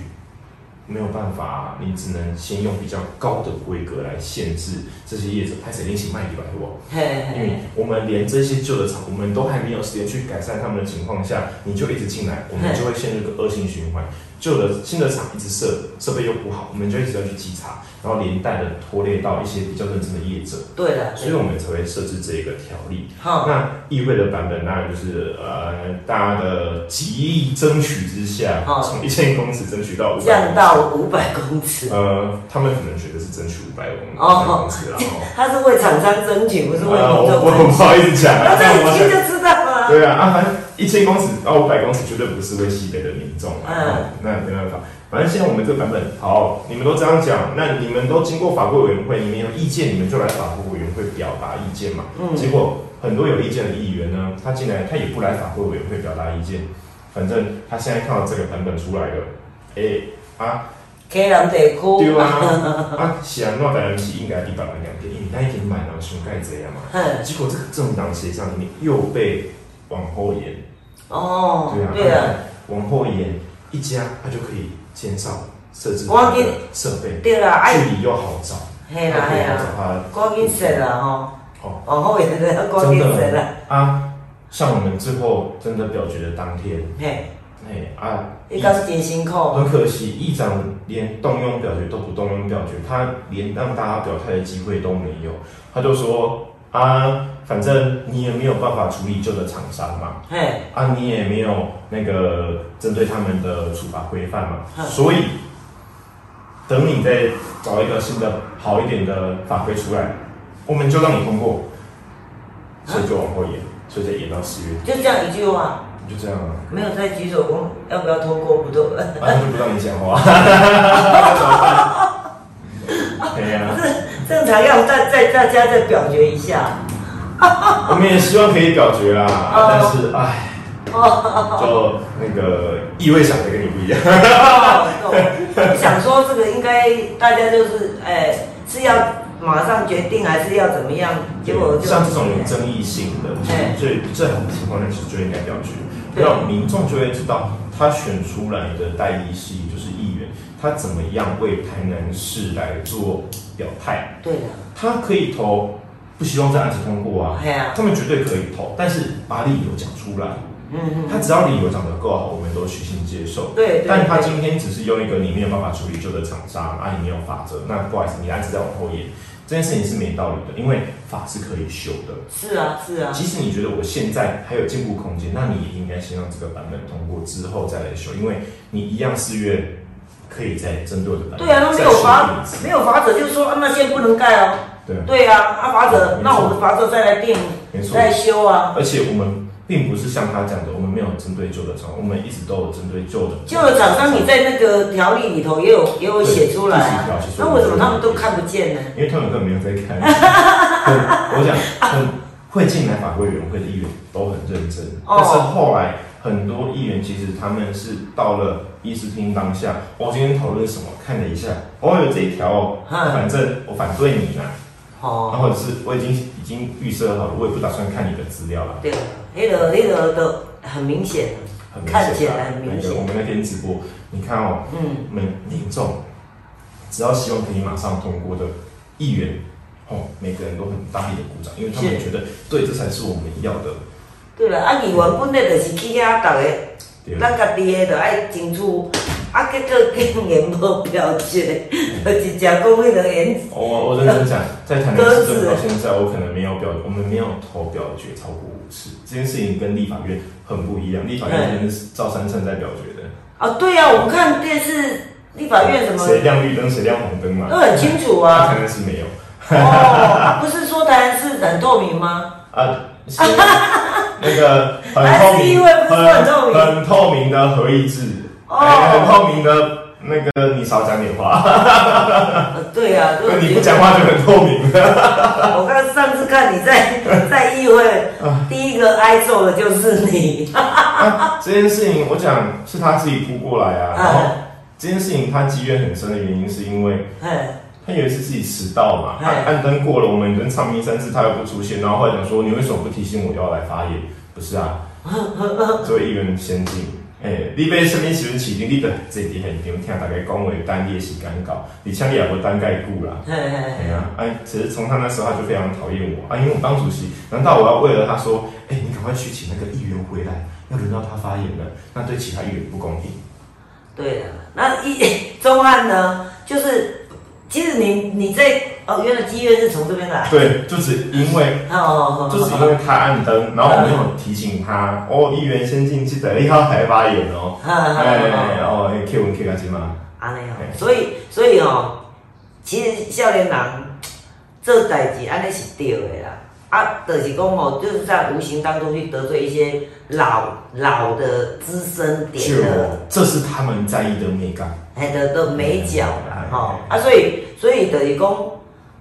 S1: 没有办法、啊，你只能先用比较高的规格来限制这些业者拍谁一起卖一百万，
S2: 嘿
S1: 因为
S2: 嘿，
S1: 嗯我们连这些旧的厂，我们都还没有时间去改善他们的情况下，你就一直进
S2: 嗯
S1: 来，我们就会陷入一个恶性循环。旧的新的厂一直设设备又不好，我们就一直要去稽查，然后连带的拖累到一些比较认真的业者，
S2: 对了，
S1: 所以我们才会设置这一个条例。
S2: 好，
S1: 那议会的版本当然就是呃大家的极力争取之下
S2: 哦，
S1: 从一千公尺争取到五百
S2: 降
S1: 公尺。
S2: 到五百公尺，
S1: 呃，他们可能觉得是争取五百
S2: 哦
S1: 公尺啦。
S2: 他是为厂商争取，不是
S1: 然
S2: 为
S1: 后呃，
S2: 民
S1: 我 <laughs> 我
S2: 众争
S1: 不
S2: 取。
S1: 好意思讲
S2: 那
S1: 啊，但
S2: 这
S1: 我
S2: 一
S1: 想
S2: 听就知道 <laughs> 了。
S1: 对啊，啊，反正一千公尺到五百公尺绝对不是为西北的民众啊，
S2: 嗯
S1: 那没办法。反正现在我们这个版本好，你们都这样讲，那你们都经过法规委员会，你们有意见，你们就来法规委员会表达意见嘛。
S2: 嗯
S1: 结果很多有意见的议员呢，他进来他也不来法规委员会表达意见，反正他现在看到这个版本出来了，哎、啊，
S2: K 人地
S1: 对
S2: 区，
S1: 啊，啊，显然诺白人是应该一百万两点，因为那一天买了熊盖这样嘛。
S2: 哼，
S1: 结果这个政党协商里面又被往后延，
S2: 哦
S1: 对啊，，
S2: 对了，，
S1: 往后延一家，它就可以减少设置
S2: 我
S1: 它
S2: 给
S1: 的设备，
S2: 对哎了，哎，
S1: 距离又好找，
S2: 嘿啦
S1: 它可以
S2: 嘿
S1: 好找
S2: 啦，
S1: 它
S2: 赶紧说啦吼，
S1: 哦，
S2: 往后也是要赶
S1: 真
S2: 紧说啦，
S1: 的啊，像我们最后真的表决的当天，
S2: 嘿，
S1: 哎啊，
S2: 伊讲是真辛苦，
S1: 很可惜，议长连动用表决都不动用表决，他连让大家表态的机会都没有，他就说啊，反正你也没有办法处理旧的厂商嘛，
S2: 嘿，
S1: 啊，你也没有那个针对他们的处罚规范嘛，
S2: 嗯
S1: 所以等你再找一个新的好一点的法规出来，我们就让你通过，所以就往后延，所以再延到十月，
S2: 就这样一句话，
S1: 就这样啊，
S2: 没有再举手问要不要通过，不对， <laughs>
S1: 啊，他就不让你讲话，那怎么办？对呀、
S2: 正常要再再大家再表决一下。
S1: 我们也希望可以表决啦，
S2: 哦
S1: 但是唉，就那个意味想的跟你不一样。
S2: 我想说这个应该大家就是，哎，是要马上决定还是要怎么样？结果就
S1: 像这种有争议性的，其
S2: 哎
S1: 实最最好的情况就是就应该表决，
S2: 对
S1: 让民众就会知道他选出来的代议士就是议员，他怎么样为台南市来做表态，
S2: 对的，
S1: 他可以投不希望这案子通过啊，
S2: 哎呀，
S1: 他们绝对可以投，但是把理由讲出来，
S2: 嗯
S1: 他
S2: 嗯，
S1: 只要理由讲得够好，我们都虚心接受。
S2: 对对，
S1: 但他
S2: 对
S1: 今天只是用一个你没有办法处理旧的厂商，啊，你没有法则，那不好意思，你的案子在往后延，这件事情是没道理的，因为法是可以修的。
S2: 是啊是啊，
S1: 即使你觉得我现在还有进步空间，那你也应该先让这个版本通过之后再来修，因为你一样四月可以再针对我的版本
S2: 对啊，那没
S1: 再
S2: 有
S1: 修
S2: 法
S1: 一次。
S2: 没有法者就说、啊、那先不能盖哦，
S1: 对啊，
S2: 对啊，啊法者那我们啊法者再来定，
S1: 没错。
S2: 再修啊，
S1: 而且我们并不是像他讲的，我们没有针对旧的厂，我们一直都有针对旧的。
S2: 旧的厂商你在那个条例里头也有也有写出来啊，那为什么他们都看不见呢？
S1: 因为他们根本没有在
S2: <laughs>
S1: 看。很我讲很会进来法规委员会的议员都很认真，
S2: 哦
S1: 但是后来很多议员其实他们是到了议事厅当下，我、今天讨论什么，看了一下，哦有这一条哦，
S2: 嗯
S1: 反正我反对你啦，然
S2: 哦，
S1: 后或者是我已经已经预设好了，我也不打算看你的资料了。
S2: 对，啊那个那个都很明显，
S1: 很明显啊
S2: 看起来很明显
S1: 那个我们那天直播，你看哦，
S2: 嗯，
S1: 我们民众只要希望可以马上通过的议员，哦，每个人都很大力的鼓掌，因为他们
S2: 是
S1: 觉得对，这才是我们要的。
S2: 对了，啊议员本来就是去遐，大家
S1: 对，
S2: 咱家己的就爱争取，啊结果竟然无表决， <laughs> 就直接讲迄个演
S1: 我我认真讲，在台南市政府到现在，我可能没有表，我们没有投表决超过五次，这件事情跟立法院很不一样。立法院真的是赵三胜在表决的，
S2: 啊，对啊，我们看电视立法院什
S1: 谁
S2: 么
S1: 亮绿灯谁亮红灯嘛，
S2: 都很清楚
S1: 那 <laughs>
S2: 啊。
S1: 台南市没有
S2: 哦，啊不是说台南市很透明吗？
S1: 啊。
S2: <laughs>
S1: 是那个很
S2: 还
S1: 透
S2: 是因
S1: 明，
S2: 为不是很透明
S1: 很透明的合议制，
S2: 哦
S1: 哎很透明的那个，你少讲点话。
S2: 呃 <laughs> 对
S1: <laughs>
S2: 啊，都
S1: 你不讲话就很
S2: <laughs>
S1: 透明了。
S2: 我刚上次看你
S1: <laughs>
S2: 在在议会，
S1: 啊
S2: 第一个挨揍的就是你。 <laughs>
S1: 这件事情我讲是他自己扑过来啊，然后
S2: 哎
S1: 这件事情他积怨很深的原因是因为
S2: 哎，
S1: 他有一次自己迟到嘛，
S2: 哎
S1: 按按灯过了，我们跟唱咪三次他又不出现，然后后来讲说你为什么不提醒我要来发言？不是啊，作为议员先进。诶、你被身边时阵起定，你就坐伫现场听大家讲话，但你也是尴尬，而且你也无单概顾啦。
S2: 嘿嘿嘿
S1: 哎呀，哎，其实从他那时候他就非常讨厌我啊，因为我当主席，难道我要为了他说，哎、你赶快去请那个议员回来，要轮到他发言了，那对其他议员不公平。
S2: 对的，那一 <laughs> 中案呢，就是其实你你在哦，原来积怨是从这边来。
S1: 对，就只因为
S2: 哦哦，哦
S1: 就
S2: <laughs>
S1: 只因为他按灯，然后我没有提醒他，哦，议员先进，记得一号台发言哦。
S2: 哈哈哈
S1: 哎，啊
S2: 哈
S1: 然后 Q 文 Q 他金嘛，
S2: 安尼哦，
S1: 嘿
S2: 所以所以哦，其实少年人做代志安尼是对的啦。啊，就是讲哦，就是在无形当中去得罪一些老老的资深点
S1: 就
S2: 的，
S1: 这是他们在意的美感。
S2: 哎的的美角啦，
S1: 嗯
S2: 吼、啊，所以所以等于讲，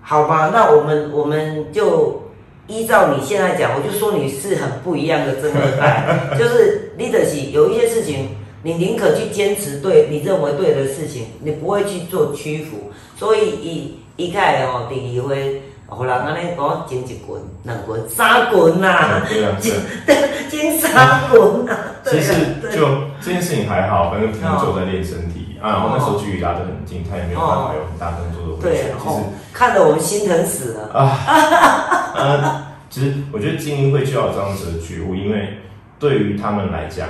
S2: 好吧，那我们我们就依照你现在讲，我就说你是很不一样的正二
S1: <laughs>
S2: 代，就是你的是有一些事情，你宁可去坚持对你认为对的事情，你不会去做屈服，所以伊伊会哦，第二回，互人安尼讲整一棍、两棍、三
S1: 哎
S2: 棍呐、
S1: 对啊，对啊。
S2: 整三棍呐、啊，
S1: 其
S2: 对
S1: 实
S2: 啊，对
S1: 就这件事情还好，反正平时就在练身体啊，然后那时候距离拉得很近，他也没有办法有很大动作的回
S2: 哦对
S1: 旋。，其
S2: 哦
S1: 实，
S2: 看得我们心疼死了，
S1: 啊，其实我觉得精英会就要有这样子的觉悟，因为对于他们来讲，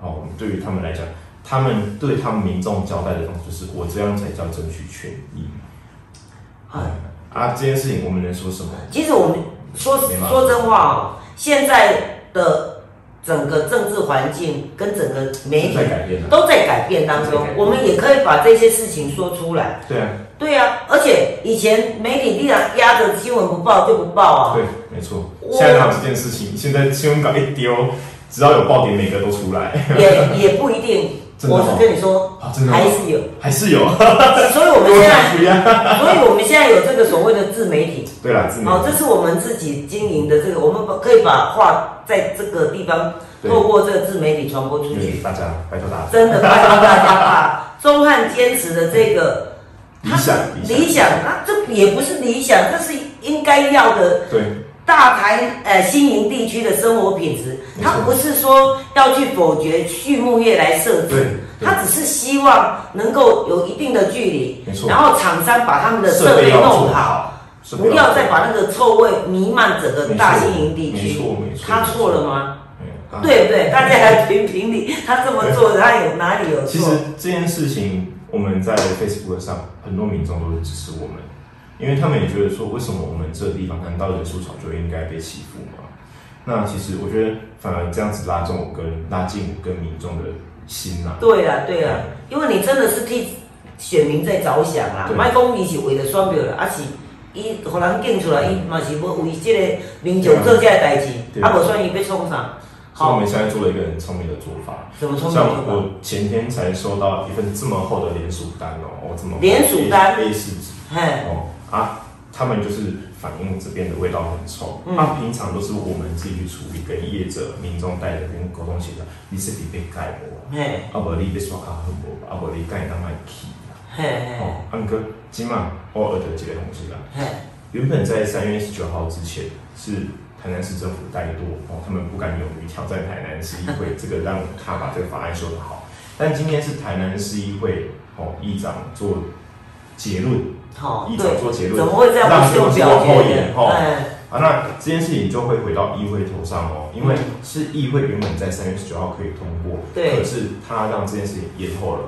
S1: 哦，我们对于他们来讲，他们对他们民众交代的东西就是我这样才叫争取权益。
S2: 啊
S1: 啊，这件事情我们能说什么？
S2: 其实我们说
S1: 没办法
S2: 说真话哦，现在的整个政治环境跟整个媒体
S1: 在改变啊了。
S2: 都在改变当
S1: 都在
S2: 中
S1: 改，变
S2: 我们也可以把这些事情说出来。
S1: 对啊，
S2: 对啊，而且以前媒体力量压着新闻不报就不报啊，
S1: 对，没错。
S2: 我
S1: 现在哪有这件事情？现在新闻稿一丢，只要有爆点，每个都出来。
S2: 也也不一定。
S1: <laughs> 真的
S2: 我
S1: 吗
S2: 是跟你说，
S1: 啊，真的吗
S2: 还是有，
S1: 还是有啊，
S2: 所以我们
S1: 跟我
S2: 现在， <laughs>
S1: 想不一样。
S2: 所以我们现在有这个所谓的自媒体，
S1: <laughs> 对啦，自媒
S2: 哦，
S1: 体
S2: 这是我们自己经营的这个，我们把可以把话在这个地方
S1: 对
S2: 透过这个自媒体传播出
S1: 因
S2: 去。
S1: 为大家拜托大家
S2: 真的拜托大家把钟汉坚持的这个
S1: 理想
S2: 理想，那这也不是理想，这是应该要的
S1: 对
S2: 大台呃新营地区的生活品质。
S1: 没错
S2: 他不是说要去否决畜牧业来设
S1: 对
S2: 置，
S1: 对
S2: 他只是希望能够有一定的距离
S1: 没，错
S2: 然后厂商把他们的设备
S1: 要
S2: 弄
S1: 做
S2: 好。
S1: 好，设备
S2: 不要
S1: 做
S2: 再
S1: 好
S2: 把那个臭味弥漫整个大兴营地
S1: 没
S2: 区
S1: 错没错没，错
S2: 他错了
S1: 嗯
S2: 吗？对不对？大家来评评理，他这么做，他有哪里有
S1: 其实
S2: 错？
S1: 这件事情，我们在 Facebook 上很多民众都是支持我们，因为他们也觉得说，为什么我们这个地方难道人数少就应该被欺负吗？那其实我觉得反而这样子拉近我跟拉近我跟民众的心呐、
S2: 对啊，对啊，因为你真的是替选民在着想啊，
S1: 对
S2: 莫讲伊是为了选票啦，啊是伊互人拣出来，伊嘛是要为即个民众做这个代志，
S1: 对
S2: 啊无选伊要创啥？
S1: 所以我
S2: 好，
S1: 们现在做了一个很聪明的做法，
S2: 怎么冲
S1: 像
S2: 突
S1: 我前天才收到一份这么厚的联署单哦，我怎么
S2: 联署单
S1: A 四纸
S2: 嘿，
S1: 哦啊，他们就是反映这边的味道很臭。那、
S2: 嗯
S1: 平常都是我们自己去处理，跟业者、民众带着跟沟通协调，你是你被盖过，
S2: 嘿，
S1: 啊无你被刷卡很无，啊无你盖当卖去。
S2: 嘿，嘿，
S1: 哦，啊哥，今晚我学到一个东西啦。
S2: 嘿，
S1: 原本在三月十九号之前是台南市政府怠惰，哦，他们不敢勇于挑战台南市议
S2: <laughs>
S1: 会，这个让他把这个法案修得好。但今天是台南市议会哦议长做结论，
S2: 好，
S1: 议长
S2: 哦对，
S1: 做结论，
S2: 怎么会这样
S1: 让
S2: 不
S1: 这个
S2: 修
S1: 东西
S2: 表
S1: 往后
S2: 决
S1: 延
S2: 的？
S1: 哈、哦
S2: 哎。
S1: 啊，那这件事情就会回到议会头上哦，因为是议会原本在三月十九号可以通过，
S2: 对
S1: 可是他让这件事情延后了，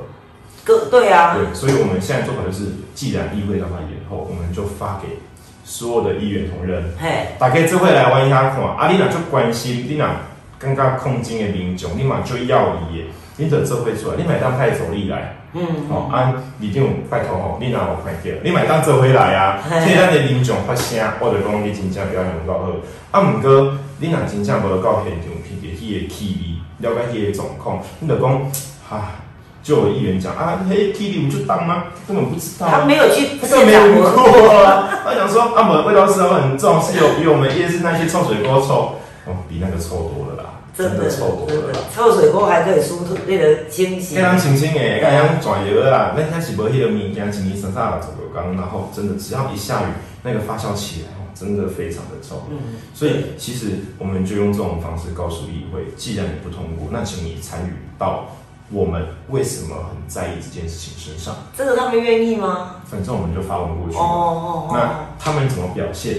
S2: 个对啊，
S1: 对，所以我们现在做法就是，既然议会让它延后，我们就发给所有的议员同仁，
S2: 嘿，
S1: 大家这会来玩一下看，啊，你若就关心，你若感觉控金的民众，你嘛就要伊的，你就这会出来，你买当派走力来。
S2: 嗯，
S1: 哦，啊，你定拜托吼，你若有看见，你买当做回来
S2: <laughs>
S1: 啊。
S2: 嘿
S1: 所以咱的民众发声，我就讲你真正表现有够好。啊，毋过你若真正无到现场闻着迄个气味，了解迄个状况，你就讲，啊，就有议员讲啊，迄气味有就当吗？根本不知道、
S2: 他
S1: 啊。
S2: 没有去
S1: 这个
S2: 现
S1: 没
S2: 场
S1: 闻
S2: 闻
S1: 过啊！他想说，啊，我们的味道是有很重，是有比我们夜市那些臭水沟臭，哦，比那个臭多了啦，
S2: 真的
S1: 臭多
S2: 真
S1: 了啦
S2: 的。，臭水沟还可以疏通那个清洗
S1: 迄，人清醒诶，迄人转油啦，那遐是无迄个物件，一年三三六十五天，然后真的只要一下雨，那个发酵起来，哦真的非常的臭。
S2: 嗯，
S1: 所以其实我们就用这种方式告诉议会，既然你不通过，那请你参与到我们为什么很在意这件事情身上。
S2: 这个他们愿意吗？
S1: 反正我们就发文过去，
S2: 哦哦
S1: 那
S2: 哦
S1: 他们怎么表现，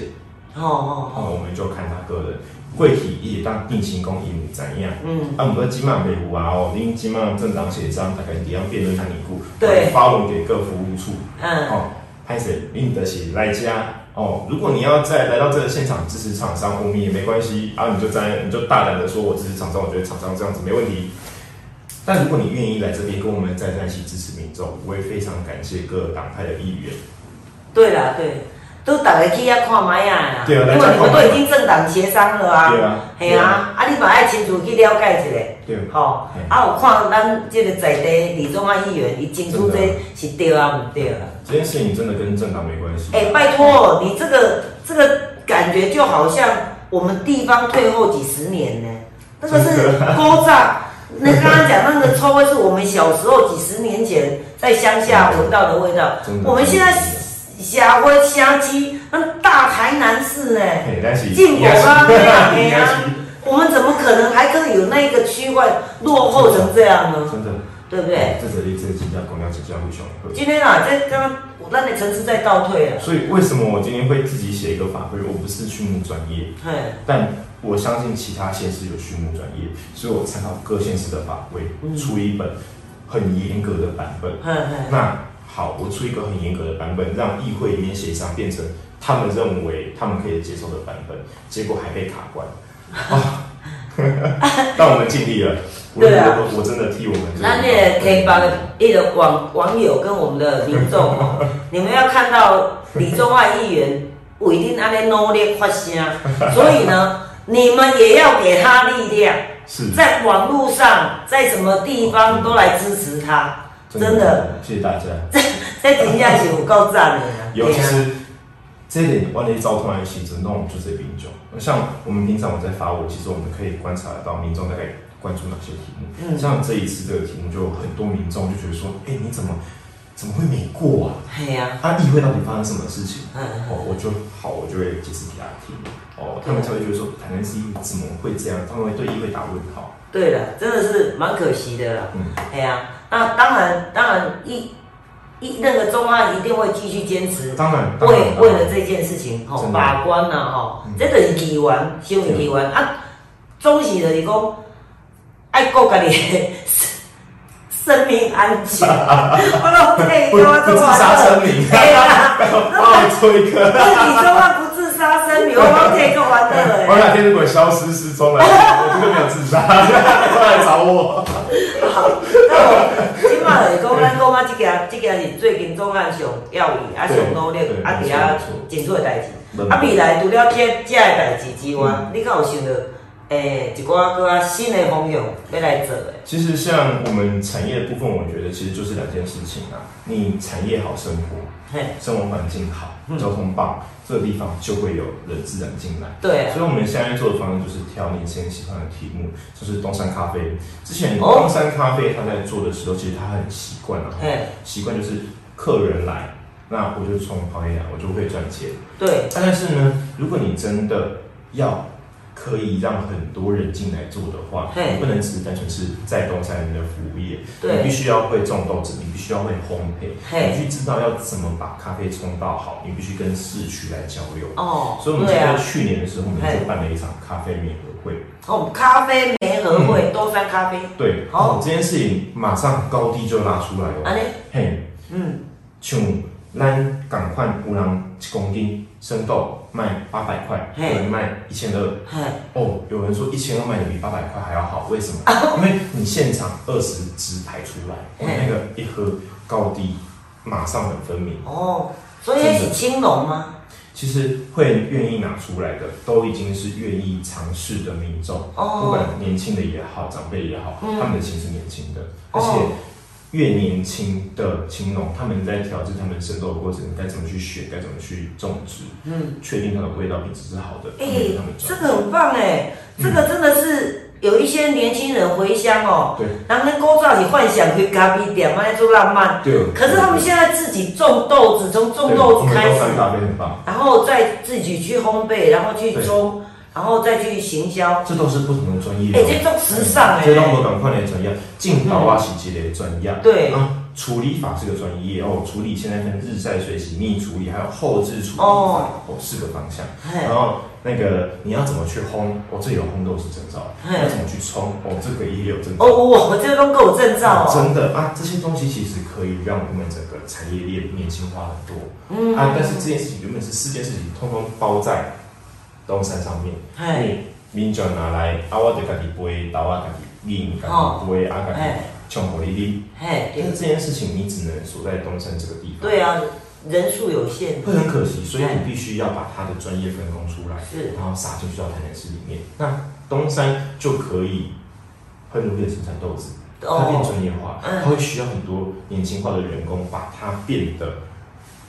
S2: 哦哦哦，
S1: 哦，我们就看他个人。会体也当定情公伊怎样？
S2: 嗯，
S1: 啊，我们今晚没有啊哦，因今晚政党协商，大概怎样辩论看你顾，
S2: 对
S1: 哦发文给各服务处，
S2: 嗯，
S1: 哦，拍谁你得起来家哦。如果你要再来到这个现场支持厂商，我们也没关系啊，你就在你就大胆的说我支持厂商，我觉得厂商这样子没问题。但如果你愿意来这边跟我们站在一起支持民众，我也非常感谢各党派的议员。
S2: 对啦对，都大家去遐看麦啊啦，
S1: 对啊
S2: 因为
S1: 大家
S2: 你们
S1: 看麦
S2: 都已经政党协商了啊，
S1: 对啊
S2: 嘿啊，啊你嘛要清楚去了解
S1: 对
S2: 一下，吼
S1: 嗯，
S2: 啊有看咱这个在地李宗汉议员，伊清楚
S1: 真
S2: 这
S1: 的
S2: 是对啊，唔对啊。
S1: 这件事情真的跟政党没关系。
S2: 哎、拜托，你这个这个感觉就好像我们地方退后几十年呢，那个是
S1: <laughs>
S2: 勾诈。那刚刚讲那个臭味是我们小时候几十年前在乡下闻到的味道
S1: 真，的
S2: 我们现在
S1: 真的
S2: 虾灰虾鸡，那大台南市呢，
S1: 嘿，但是
S2: 进口啊，对啊，
S1: 你
S2: 对
S1: 要
S2: 啊
S1: 是，
S2: 我们怎么可能还可以有那个区块落后成这样呢？
S1: 真的，
S2: 对不对？
S1: 这是你这个真正讲了真正非常好。
S2: 今天啊，在刚刚我那你城市在倒退了，
S1: 所以为什么我今天会自己写一个法规？我不是畜牧专业，
S2: 嘿，
S1: 但我相信其他县市有畜牧专业，所以我参考各县市的法规，
S2: 嗯
S1: 出一本很严格的版本。
S2: 哼哼，
S1: 那好，我出一个很严格的版本，让议会里面协商变成他们认为他们可以接受的版本，结果还被卡
S2: <laughs>
S1: 关。啊，但我们尽力了，我
S2: 对啊
S1: 我我真的替我们这个。
S2: 那你也可以把一个网网友跟我们的民众哦，你们要看到李宗翰议员不一定安尼努力发声，所以呢，你们也要给他力量，
S1: 是
S2: 在网络上，在什么地方都来支持他，真的，，
S1: 谢谢大家。
S2: 这评价是有够赞的啦。
S1: 尤
S2: 对
S1: 其
S2: 啊
S1: 是这一点，万一交通安全整弄就是冰种。像我们平常我在发文，其实我们可以观察得到民众大概关注哪些题目。
S2: 嗯
S1: 像这一次这个题目，就有很多民众就觉得说：“哎、你怎么怎么会没过啊？
S2: 嘿呀、
S1: 他议会到底发生什么事情？”
S2: 嗯，
S1: 哦，我就好，我就会解释给他听。哦，他们才会觉得说，台南市议会怎么会这样？他们会对议会打问号。
S2: 对了，真的是蛮可惜的啦。
S1: 嗯，
S2: 哎呀、那当然，当然一一那个中案一定会继续坚持，
S1: 当然，当
S2: 为
S1: 然
S2: 为了这件事情，吼、
S1: 真的
S2: 法官呐、吼、
S1: 嗯
S2: 这就是议员，新闻议员啊，总是就是讲爱顾家己的 <laughs> 生命安
S1: <laughs>
S2: 全，我都佩
S1: 不
S2: 服我
S1: 不
S2: 中
S1: 自
S2: 华
S1: 杀声明，
S2: 对
S1: <laughs>
S2: 啊啦，
S1: 帮我做一个。
S2: 自己说话不自杀声明，我都这个完了哎、
S1: <laughs> 我哪天如果消失失踪了，我就没有自杀，
S2: <laughs>
S1: 快来找我。
S2: 好，那我即马就是讲，咱讲啊，即件即件是最近总案上要义啊，上努力
S1: 对
S2: 啊，
S1: 没
S2: 伫
S1: 错
S2: 啊
S1: 没错
S2: 真多的代志。啊，未来除了这这的代志之外，
S1: 嗯
S2: 你敢有想到诶、一寡搁较新的方向要来做诶？
S1: 其实像我们产业的部分，我觉得其实就是两件事情啊。你产业好，生活
S2: 嘿，嗯
S1: 生活环境好，交通棒，这个地方就会有人自然进来。
S2: 对啊，
S1: 所以我们现在做的方向就是挑年轻人喜欢的题目，就是东山咖啡。之前
S2: 哦
S1: 东山咖啡他在做的时候，其实他很习惯啊，
S2: 嘿，
S1: 习惯就是客人来，那我就从旁边来，我就会赚钱。
S2: 对，
S1: 啊但是呢，如果你真的要可以让很多人进来做的话，
S2: 嘿
S1: 你不能只是单纯是在东山的服务业，
S2: 对
S1: 你必须要会种豆子，你必须要会烘焙，
S2: 嘿
S1: 你必须知道要怎么把咖啡冲到好，你必须跟市区来交流。
S2: 哦，
S1: 所以我们
S2: 对
S1: 就在
S2: 啊，
S1: 去年的时候，我们
S2: 嘿
S1: 就办了一场咖啡免合会。
S2: 哦，咖啡梅和
S1: 嗯
S2: 会、多山咖啡，
S1: 对，
S2: 哦
S1: 哦，这件事情马上高低就拉出来
S2: 安
S1: 哦。
S2: 尼，
S1: 嘿，
S2: 嗯，
S1: 像咱赶快有人一公斤生豆卖八百块，有
S2: 嘿
S1: 人卖一千二，
S2: 嘿，
S1: 哦，有人说一千二卖的比八百块还要好，为什么？
S2: 啊
S1: 因为你现场二十支排出来，我
S2: 嘿
S1: 那个一喝高低马上很分明。
S2: 哦，所以那是青龙吗？
S1: 其实会愿意拿出来的，都已经是愿意尝试的民众，
S2: 哦
S1: 不管年轻的也好，长辈也好，
S2: 嗯
S1: 他们的心是年轻的，
S2: 哦
S1: 而且。越年轻的青农，他们在调制他们生豆的过程，该怎么去选，该怎么去种植，
S2: 嗯，
S1: 确定它的味道品质是好的，
S2: 哎、
S1: 他们他们
S2: 这
S1: 种。
S2: 个很棒哎、这个真的是有一些年轻人回乡哦，
S1: 嗯对
S2: 人家古早是幻想去咖啡店，嘛，做浪漫，
S1: 对，
S2: 可是他们现在自己种豆子，从种豆子开
S1: 对我们
S2: 始
S1: 都，三大杯很棒。
S2: 然后再自己去烘焙，然后去
S1: 对
S2: 种，然后再去行销，
S1: 这都是不同的专业、啊
S2: 哎、这种时尚哎、
S1: 这拢无同款的专业，进导啊是一个专业，
S2: 对
S1: 啊，处理法是个专业哦，处理现在分日晒水洗逆处理，还有后置处理法
S2: 哦哎
S1: 哦四个方向。
S2: 嘿
S1: 然后那个你要怎么去烘？哦，这有烘豆师证照，
S2: 嘿
S1: 要怎么去冲？哦，这个也有证照。
S2: 哎哦，我这个都够有证照哦，
S1: 真的啊，这些东西其实可以让我们整个产业链年轻化很多。
S2: 嗯
S1: 啊，但是这件事情原本是四件事情，通通包在东山上面。
S2: 嘿，
S1: 你民众拿来，啊，我就家己杯，豆我家己饮，家
S2: 哦
S1: 己杯，啊，家己
S2: 嘿，
S1: 冲互你啉。
S2: 嘿，
S1: 但是
S2: 对，
S1: 这件事情你只能锁在东山这个地方，
S2: 对，啊，人数有限，
S1: 会很可惜，所以
S2: 嘿
S1: 你必须要把它的专业分工出来，
S2: 是
S1: 然后撒进去到台南市里面，那东山就可以很努力的生产豆子，它变
S2: 哦，
S1: 专业化，
S2: 嗯
S1: 它会需要很多年轻化的人工，把它变得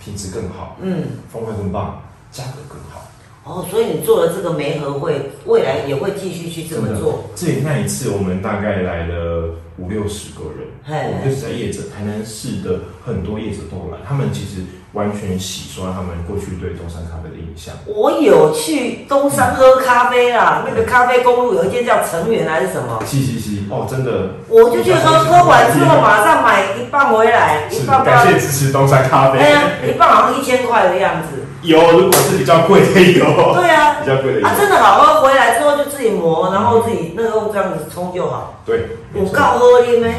S1: 品质更好，
S2: 嗯。
S1: 风味更棒，价格更好。
S2: 哦，所以你做了这个媒合会，未来也会继续去这么做。
S1: 这里那一次，我们大概来了五六十个人，
S2: 嘿
S1: 我们就是在业者，台南市的很多业者都来，他们其实完全洗刷他们过去对东山咖啡的印象。
S2: 我有去东山喝咖啡啦，那个咖啡公路有一间叫成源还是什么，
S1: 是是是，哦，真的，
S2: 我就去喝，喝完之后马上买一磅回来，一
S1: 是
S2: 磅哎
S1: 感谢支持东山咖啡。
S2: 哎呀，一磅好像一千块的样子。
S1: 有，如果是比较贵的有，
S2: 对 <laughs> 啊，
S1: 比较贵的有
S2: 啊，，真的好，我回来之后就自己磨，然后自己那个这样子冲就好。
S1: 对，
S2: 我
S1: 没错
S2: 告喝你没？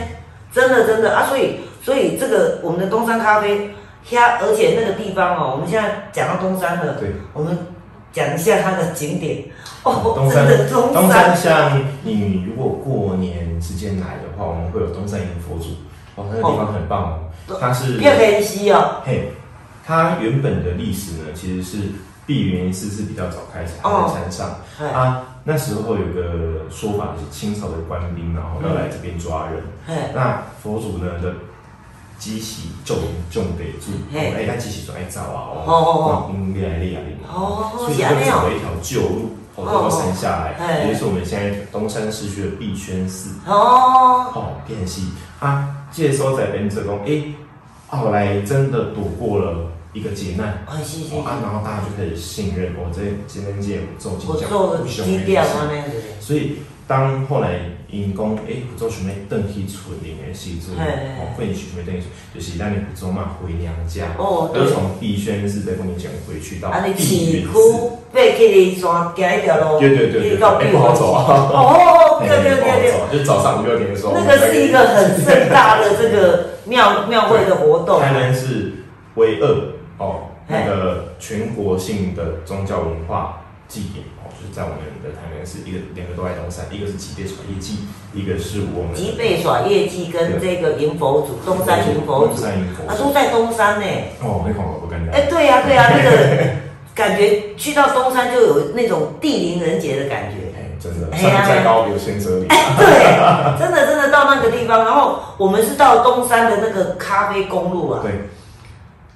S2: 真的真的啊，所以所以这个我们的东山咖啡，它而且那个地方哦，我们现在讲到东山了，
S1: 对，
S2: 我们讲一下它的景点哦
S1: 东，
S2: 真
S1: 山
S2: 的东
S1: 东
S2: 山
S1: 山像你如果过年时间来的话，我们会有东山迎佛祖，哦，那个地方很棒哦，它是
S2: 变黑西哦，
S1: 嘿，它原本的历史呢，其实是碧云寺是比较早开始，它
S2: 哦
S1: 在山上。
S2: 哎
S1: 啊，那时候有个说法就是清朝的官兵，然后要来这边抓人。
S2: 哎
S1: 那佛祖呢的积习重重得住，
S2: 嘿
S1: 哎，他积习重爱走啊，
S2: 哦哦
S1: 哦，嗯，厉害厉害厉害，
S2: 哦
S1: 所以
S2: 是
S1: 就
S2: 安尼哦
S1: 走了一条旧路，哦，
S2: 哦
S1: 到山下
S2: 嘿
S1: 来，也就是我们现在东山市区的碧轩寺。
S2: 哦，
S1: 哦，变戏啊，这个时候在变做讲，诶、后来真的躲过了一个劫难，
S2: 哎是是
S1: 哦啊，然后大家就开始信任哦我这今天这有做
S2: 我做的低调啊那样子，
S1: 所以当后来因讲，诶、有做想要登去村里的时阵，
S2: 嘿嘿
S1: 哦，或者想要登去村，就是咱的有做嘛回娘家，
S2: 哦对
S1: 而从碧轩寺再跟你讲回去到
S2: 啊你
S1: 碧
S2: 市
S1: 云
S2: 区
S1: 寺，
S2: 背去的山行一条路，
S1: 对对对对
S2: 一直到
S1: 哎
S2: 碧
S1: 不好走啊
S2: 哦，对对对
S1: 嘿
S2: 对
S1: 不。好走就早上五六点的时候，
S2: 那个是一个很盛大的这个庙庙会的活动，啊
S1: 台南是唯二哦，
S2: 哎
S1: 那个全国性的宗教文化祭典哦，就是在我们的台南是一个两个都在东山，一个是吉备传业祭，一个是我们
S2: 吉贝耍业绩跟这个迎佛祖东山迎佛
S1: 东
S2: 祖
S1: 山迎佛
S2: 啊，
S1: 祖
S2: 都在东山呢、
S1: 哦，那广告不干
S2: 哎、对呀、对呀、那个感觉去到东山就有那种地灵人杰的感觉。
S1: 哎，真的
S2: 哎
S1: 山
S2: 呀
S1: 再高有仙则灵，
S2: 对，真的真的到那个地方，然后我们是到东山的那个咖啡公路啊，
S1: 对，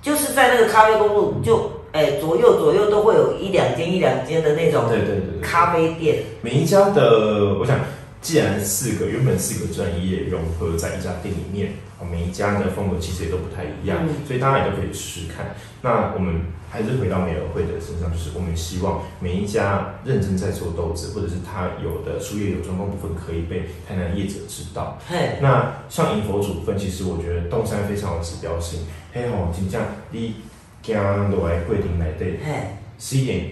S2: 就是在那个咖啡公路就哎、左右左右都会有一两间一两间的那种
S1: <laughs> 对对对对
S2: 咖啡店，
S1: 每一家的，我想，既然四个原本四个专业融合在一家店里面，哦每一家的风格其实也都不太一样，
S2: 嗯
S1: 所以大家也都可以试试看。那我们还是回到美尔会的身上，就是我们希望每一家认真在做豆子，或者是他有的术业有专攻部分，可以被台南业者知道。
S2: 嘿，
S1: 那像迎佛祖分，其实我觉得洞山非常有指标性。嘿吼，真正你行落来桂林内底，
S2: 嘿。
S1: 十一点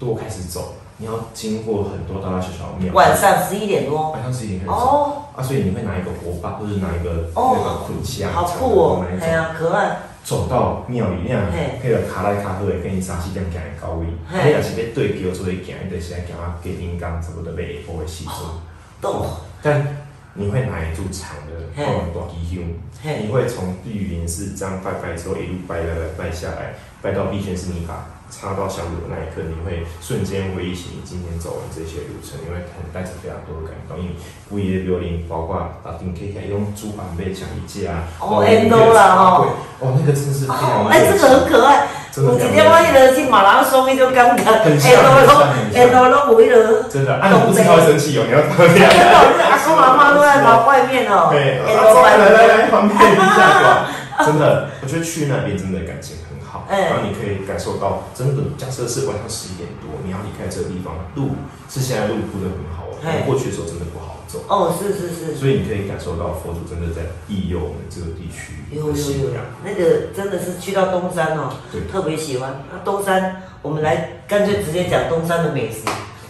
S1: 多开始走，你要经过很多大大小小的庙。
S2: 晚上十一点多。
S1: 晚上十一点开始走、
S2: 哦，
S1: 啊，所以你会拿一个火把或者拿一个
S2: 哦
S1: 那个捆箱，
S2: 好酷哦
S1: 长的那！一
S2: 哎
S1: 种，
S2: 呀，可爱。
S1: 走到庙里面啊
S2: 嘿，
S1: 配合卡来卡去的，跟伊三四点行的高位，
S2: 嘿
S1: 啊，你若是要对桥做位行，你就是要行啊，给丁刚差不多要下晡的时阵。
S2: 哦懂。
S1: 但你会拿一柱长的，
S2: 嘿
S1: 放大基香，
S2: 嘿
S1: 你会从碧云寺这样拜拜之后，一路拜拜拜拜下来，拜到碧轩寺，你把插到香炉的那一刻，你会瞬间回忆起你今天走完这些路程，你会很带着非常多的感动，因为不一的榴莲，包括打顶 K K 用猪板被抢一架啊，
S2: 哦
S1: 然后
S2: ，N 都啦哦
S1: 对，哦，那个真的是非常
S2: 哦，
S1: 热
S2: 哎，这个
S1: 情
S2: 很可爱。
S1: 真的
S2: 有
S1: 非
S2: 一
S1: 常
S2: 天我迄个去马拉松，伊就感觉，
S1: 很像
S2: 哎，都
S1: 很像
S2: 哎，都拢有迄个。
S1: 真的，啊，你不知道会生气哦，你要怎
S2: <laughs>
S1: 么
S2: 哎，
S1: 样？
S2: 真的，我这阿公阿妈都在忙外面哦。
S1: 对，
S2: 哎
S1: 啊，走来来来来，旁边一下
S2: <laughs>
S1: 馆，真的，我觉得去那边真的感情很好，
S2: 哎
S1: 然后你可以感受到，真的，假设是晚上十一点多，你要离开这个地方，路是现在路铺的很好，
S2: 哎
S1: 我过去的时候真的不好走，
S2: 哦，是是是，
S1: 所以你可以感受到佛祖真的在庇佑我们这个地区
S2: 有
S1: 的
S2: 有
S1: 信
S2: 有
S1: 仰。，
S2: 那个真的是去到东山哦
S1: 对，
S2: 特别喜欢。那东山，我们来干脆直接讲东山的美食。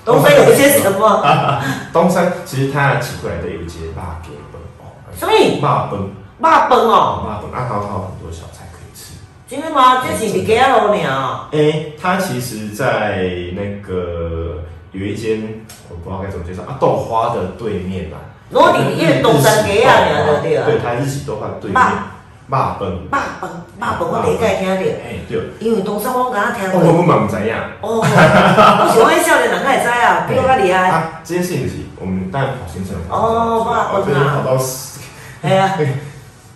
S2: 东山有些什么？
S1: 东山其实它起过来的有一节辣给本哦，
S2: 什么？
S1: 辣本
S2: 肉饭哦。
S1: 辣本，啊，它它有很多小菜可以吃。
S2: 真的吗？这是伫街仔路尔哦。
S1: 诶，它哎其实，在那个有一间我不知道该怎么介绍啊，豆花的对面啦。
S2: 如果你因为东山街啊
S1: 日式豆花
S2: 对啊
S1: 对，它日式豆花对面
S2: 肉，
S1: 霸崩。
S2: 肉饭，肉饭我第一次听着，
S1: 哎，对，
S2: 因为东山我敢听
S1: 哦，我
S2: 过。
S1: 们嘛不知呀。
S2: 哦，我想迄少年人敢会
S1: <laughs>
S2: 知啊，比我较厉害。
S1: 啊，这件事情就是我们当然跑行程跑
S2: 哦肉
S1: 我
S2: 饭
S1: 最近跑
S2: 啊
S1: 到十
S2: 嘿啊，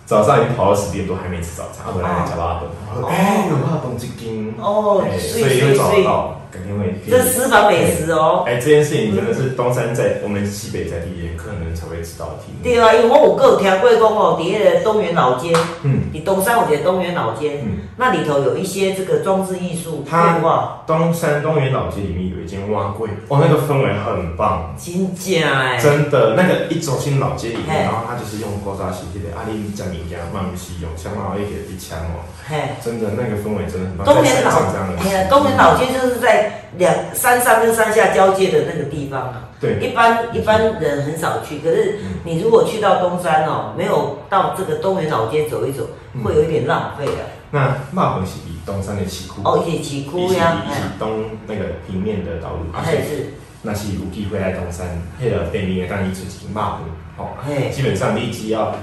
S1: 早上已经跑到十点多，还没吃早餐，啊，回来还吃霸崩。
S2: 哦
S1: 哎，有霸崩这间
S2: 哦
S1: 哎
S2: 水
S1: 所以又
S2: 水
S1: 找
S2: 水
S1: 到肯定会第一
S2: 这是私房美食哦。
S1: 哎，这件事情真的是东山在我们西北在地也可能才会知道的题目。
S2: 对啊，因为我有个有听过讲哦，伫迄个东园老街，
S1: 嗯
S2: 伫东山有一个东园老街，
S1: 嗯，
S2: 那里头有一些这个装置艺术
S1: 它
S2: 变化，
S1: 东山东园老街里面有一间蛙柜，哇，那个氛围很棒，
S2: 真正诶，
S1: 真的。那个一走进老街里
S2: 嘿
S1: 面，然后它就是用高沙洗地的阿里加米加曼布西用香茅一个一枪哦，
S2: 嘿，
S1: 真的那个氛围真的很棒。
S2: 哎东园
S1: 在山上
S2: 老
S1: 这样，的
S2: 哎呀，
S1: 地方
S2: 东园老街就是在两山上跟山下交界的那个地方啊。
S1: 嗯对
S2: 一般一般人很少去，可是
S1: 嗯
S2: 你如果去到东山哦，没有到这个东园老街走一走，
S1: 嗯
S2: 会有一点浪费的。
S1: 那骂魂是以东山的起库，
S2: 哦，一起
S1: 以
S2: 哭
S1: 及
S2: 呀，
S1: 以及东那个平面的道路，啊而
S2: 哎，嘿
S1: 且
S2: 是，
S1: 那是有机会来东山，迄个北面的当伊出一骂魂，吼、
S2: 嘿
S1: 基本上你只要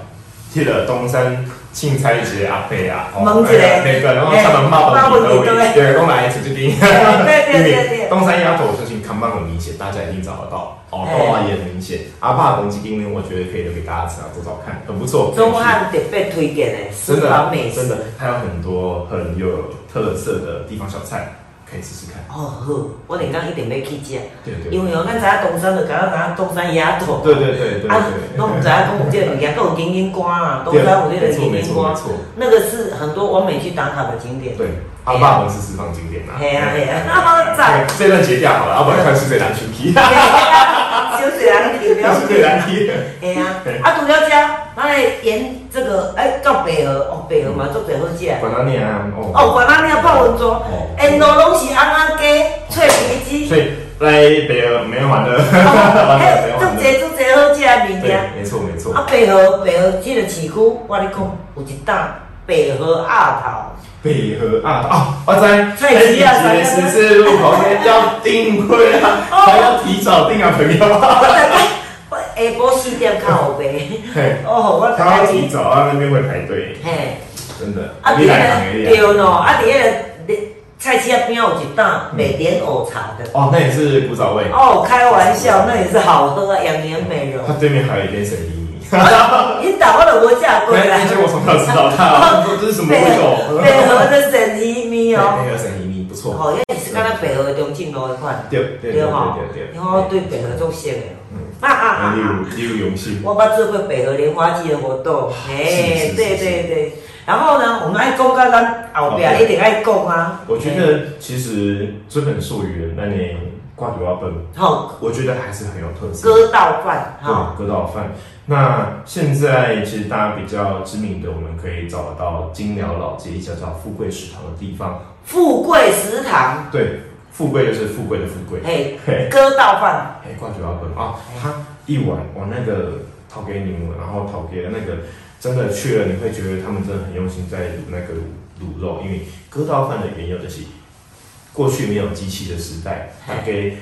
S1: 迄个东山凊彩一个阿伯啊，
S2: 问一下
S1: 那个，然后他们骂魂
S2: 嘿骂魂
S1: 你
S2: 在
S1: 都会，
S2: 哪里
S1: 对，讲来出这边，
S2: 对对对
S1: 因为
S2: 对
S1: 东山鸭头我相信看骂魂明显，大家一定找得到，哦，
S2: 嘿
S1: 动画也很明显，阿爸魂这边呢，我觉得可以留给大家吃啊，找找看，很不错，
S2: 中汉特别推荐的私
S1: 真的啊
S2: 房美
S1: 真。
S2: 食
S1: 的，还有很多很有特色的地方小菜可以试试看。
S2: 哦好，我连刚一定要去食，
S1: 对对对
S2: 因为哦，咱知影东山就感觉咱东山野土，
S1: 对对对对对，
S2: 啊，拢毋知影讲有这个物件，还有金银瓜啊，东山有这个
S1: 没错
S2: 金
S1: 没
S2: 银
S1: 错
S2: 瓜
S1: 没，错，
S2: 那个是很多完美去打卡的景点。 <laughs>
S1: 对，阿爸我们是私房景点啊。
S2: 嘿啊嘿 <laughs> 啊，赞！
S1: 这段截掉好了，要不然看是谁难去踢，
S2: 小水人去了
S1: <laughs> 是谁难踢？
S2: 嘿啊，啊除了遮，咱来沿这个哎到北河，哦北河嘛足侪好食的。
S1: 管他念啊
S2: 哦，哎
S1: 哦。
S2: 管咱遐泡温泉，沿路拢是红红鸡、脆皮鸡，
S1: 所以来北儿没人玩了， <laughs> 玩了
S2: 哎
S1: 没，人
S2: 足
S1: 玩了。
S2: 侪足侪好食的物
S1: 对
S2: 件。，
S1: 没错没错。
S2: 啊，白河白河这个市区，我跟你讲，有一档白河 <laughs> 鸭
S1: 北河啊啊，我在
S2: 这也是要
S1: 在十字路口边要订婚啊，
S2: 哦
S1: 还要提早订啊朋友。
S2: 头，我大概我下晡四点较后呗。
S1: 嘿
S2: 哦，我
S1: 他
S2: 大
S1: 要
S2: 概
S1: 提
S2: 是
S1: 早啊，那边会排队，
S2: 嘿，
S1: 真的。
S2: 啊，
S1: 你
S2: 那
S1: 来行而
S2: 个
S1: 已啊。
S2: 对喏，啊，伫那个菜市仔边有一档美莲藕茶的。
S1: 哦，那也是古早味。
S2: 哦，开玩笑，那也是好喝啊，养颜美容
S1: <laughs> 它。对面还有一间神秘米，
S2: 你打我的国家过
S1: 那
S2: 来
S1: 那。间我从小知道
S2: <laughs>
S1: 它，这是什么味道？
S2: 北河的沈黎米哦，
S1: 那个神秘米不错。
S2: 哦，也是敢若北河中正路迄款，
S1: 对对对对
S2: 吼
S1: 对对。，嗯
S2: 因为我对北河足熟的。啊啊啊
S1: 那你
S2: 啊！
S1: 有你有荣幸，
S2: 我捌做过北河莲花季的活动，哎、
S1: 是是
S2: 对
S1: 是
S2: 对对。然后呢，我们爱讲到咱后壁
S1: 后壁
S2: 一定爱讲啊。
S1: 我觉得其实这本术语那年挂九八本，
S2: 哎，好、
S1: 我觉得还是很有特色。
S2: 割稻饭，哈、
S1: 对，割稻饭。那现在其实大家比较知名的，我们可以找到金寮老街一家叫富贵食堂的地方。
S2: 富贵食堂，
S1: 对，富贵就是富贵的富贵。
S2: 嘿，
S1: 嘿，
S2: 割稻饭，
S1: 嘿，挂九八本啊，他一碗往那个掏给你们，然后掏给那个，真的去了你会觉得他们真的很用心在卤那个卤卤肉，因为割稻饭的缘由就是过去没有机器的时代，
S2: 嘿
S1: 大概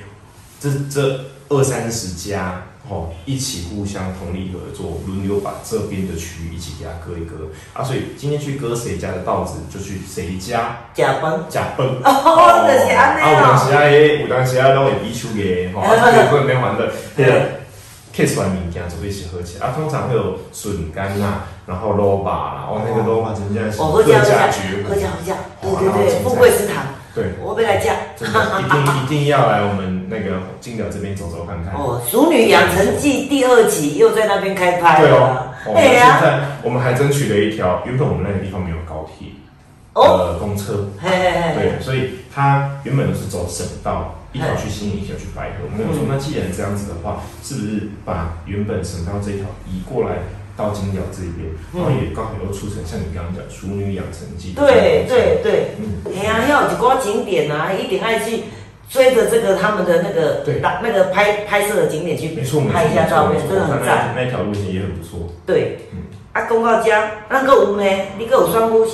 S1: 这这二三十家哦，一起互相同力合作，轮流把这边的区域一起给它割一割啊，所以今天去割谁家的稻子，就去谁家
S2: 假饭。
S1: 假笨
S2: 哦，就是安尼
S1: 啊，有当
S2: 哦。
S1: 时啊，迄有当时啊，拢会比手
S2: <laughs>
S1: 嘅，吼，啊，这个免烦恼。迄个 K 出来物件绝对是好吃啊，通常会有笋干啦，然后萝卜啦，哇，那个萝卜真正是
S2: 哦，好食
S1: 各
S2: 好
S1: 家
S2: 食
S1: 绝，
S2: 好
S1: 味
S2: 食。好食，对
S1: 哦
S2: 对
S1: 然后
S2: 对，
S1: 芹菜
S2: 富贵食堂，
S1: 对，
S2: 我要来吃。
S1: 真的一
S2: <laughs>
S1: 定一定要来我们那个金鸟这边走走看看。
S2: 哦，《熟女养成记》第二集又在那边开拍
S1: 对
S2: 了
S1: 哦，，我们
S2: 哎
S1: 现
S2: 呀，
S1: 在我们还争取了一条，原本我们那个地方没有高铁，
S2: 哦，
S1: 呃，公车，
S2: 嘿嘿嘿，
S1: 对，所以它原本都是走省道，一条
S2: 嗯
S1: 去新营，一条去白河。我们有说，那既然这样子的话，是不是把原本省道这一条移过来到金角这边，
S2: 嗯
S1: 然后也刚好又促成像你刚刚讲《熟女养成记》的
S2: 对
S1: 这种
S2: 对对。
S1: 嗯，
S2: 哎呀，要有一个景点啊，一定爱去追着这个他们的那个
S1: 对嗯
S2: 那个拍拍摄的景点去
S1: 没错没错，
S2: 拍一下照片，真的
S1: 那
S2: 很赞。
S1: 那条路线也很不错。
S2: 对
S1: 嗯，
S2: 啊，讲到这，咱个有呢，你个有选股是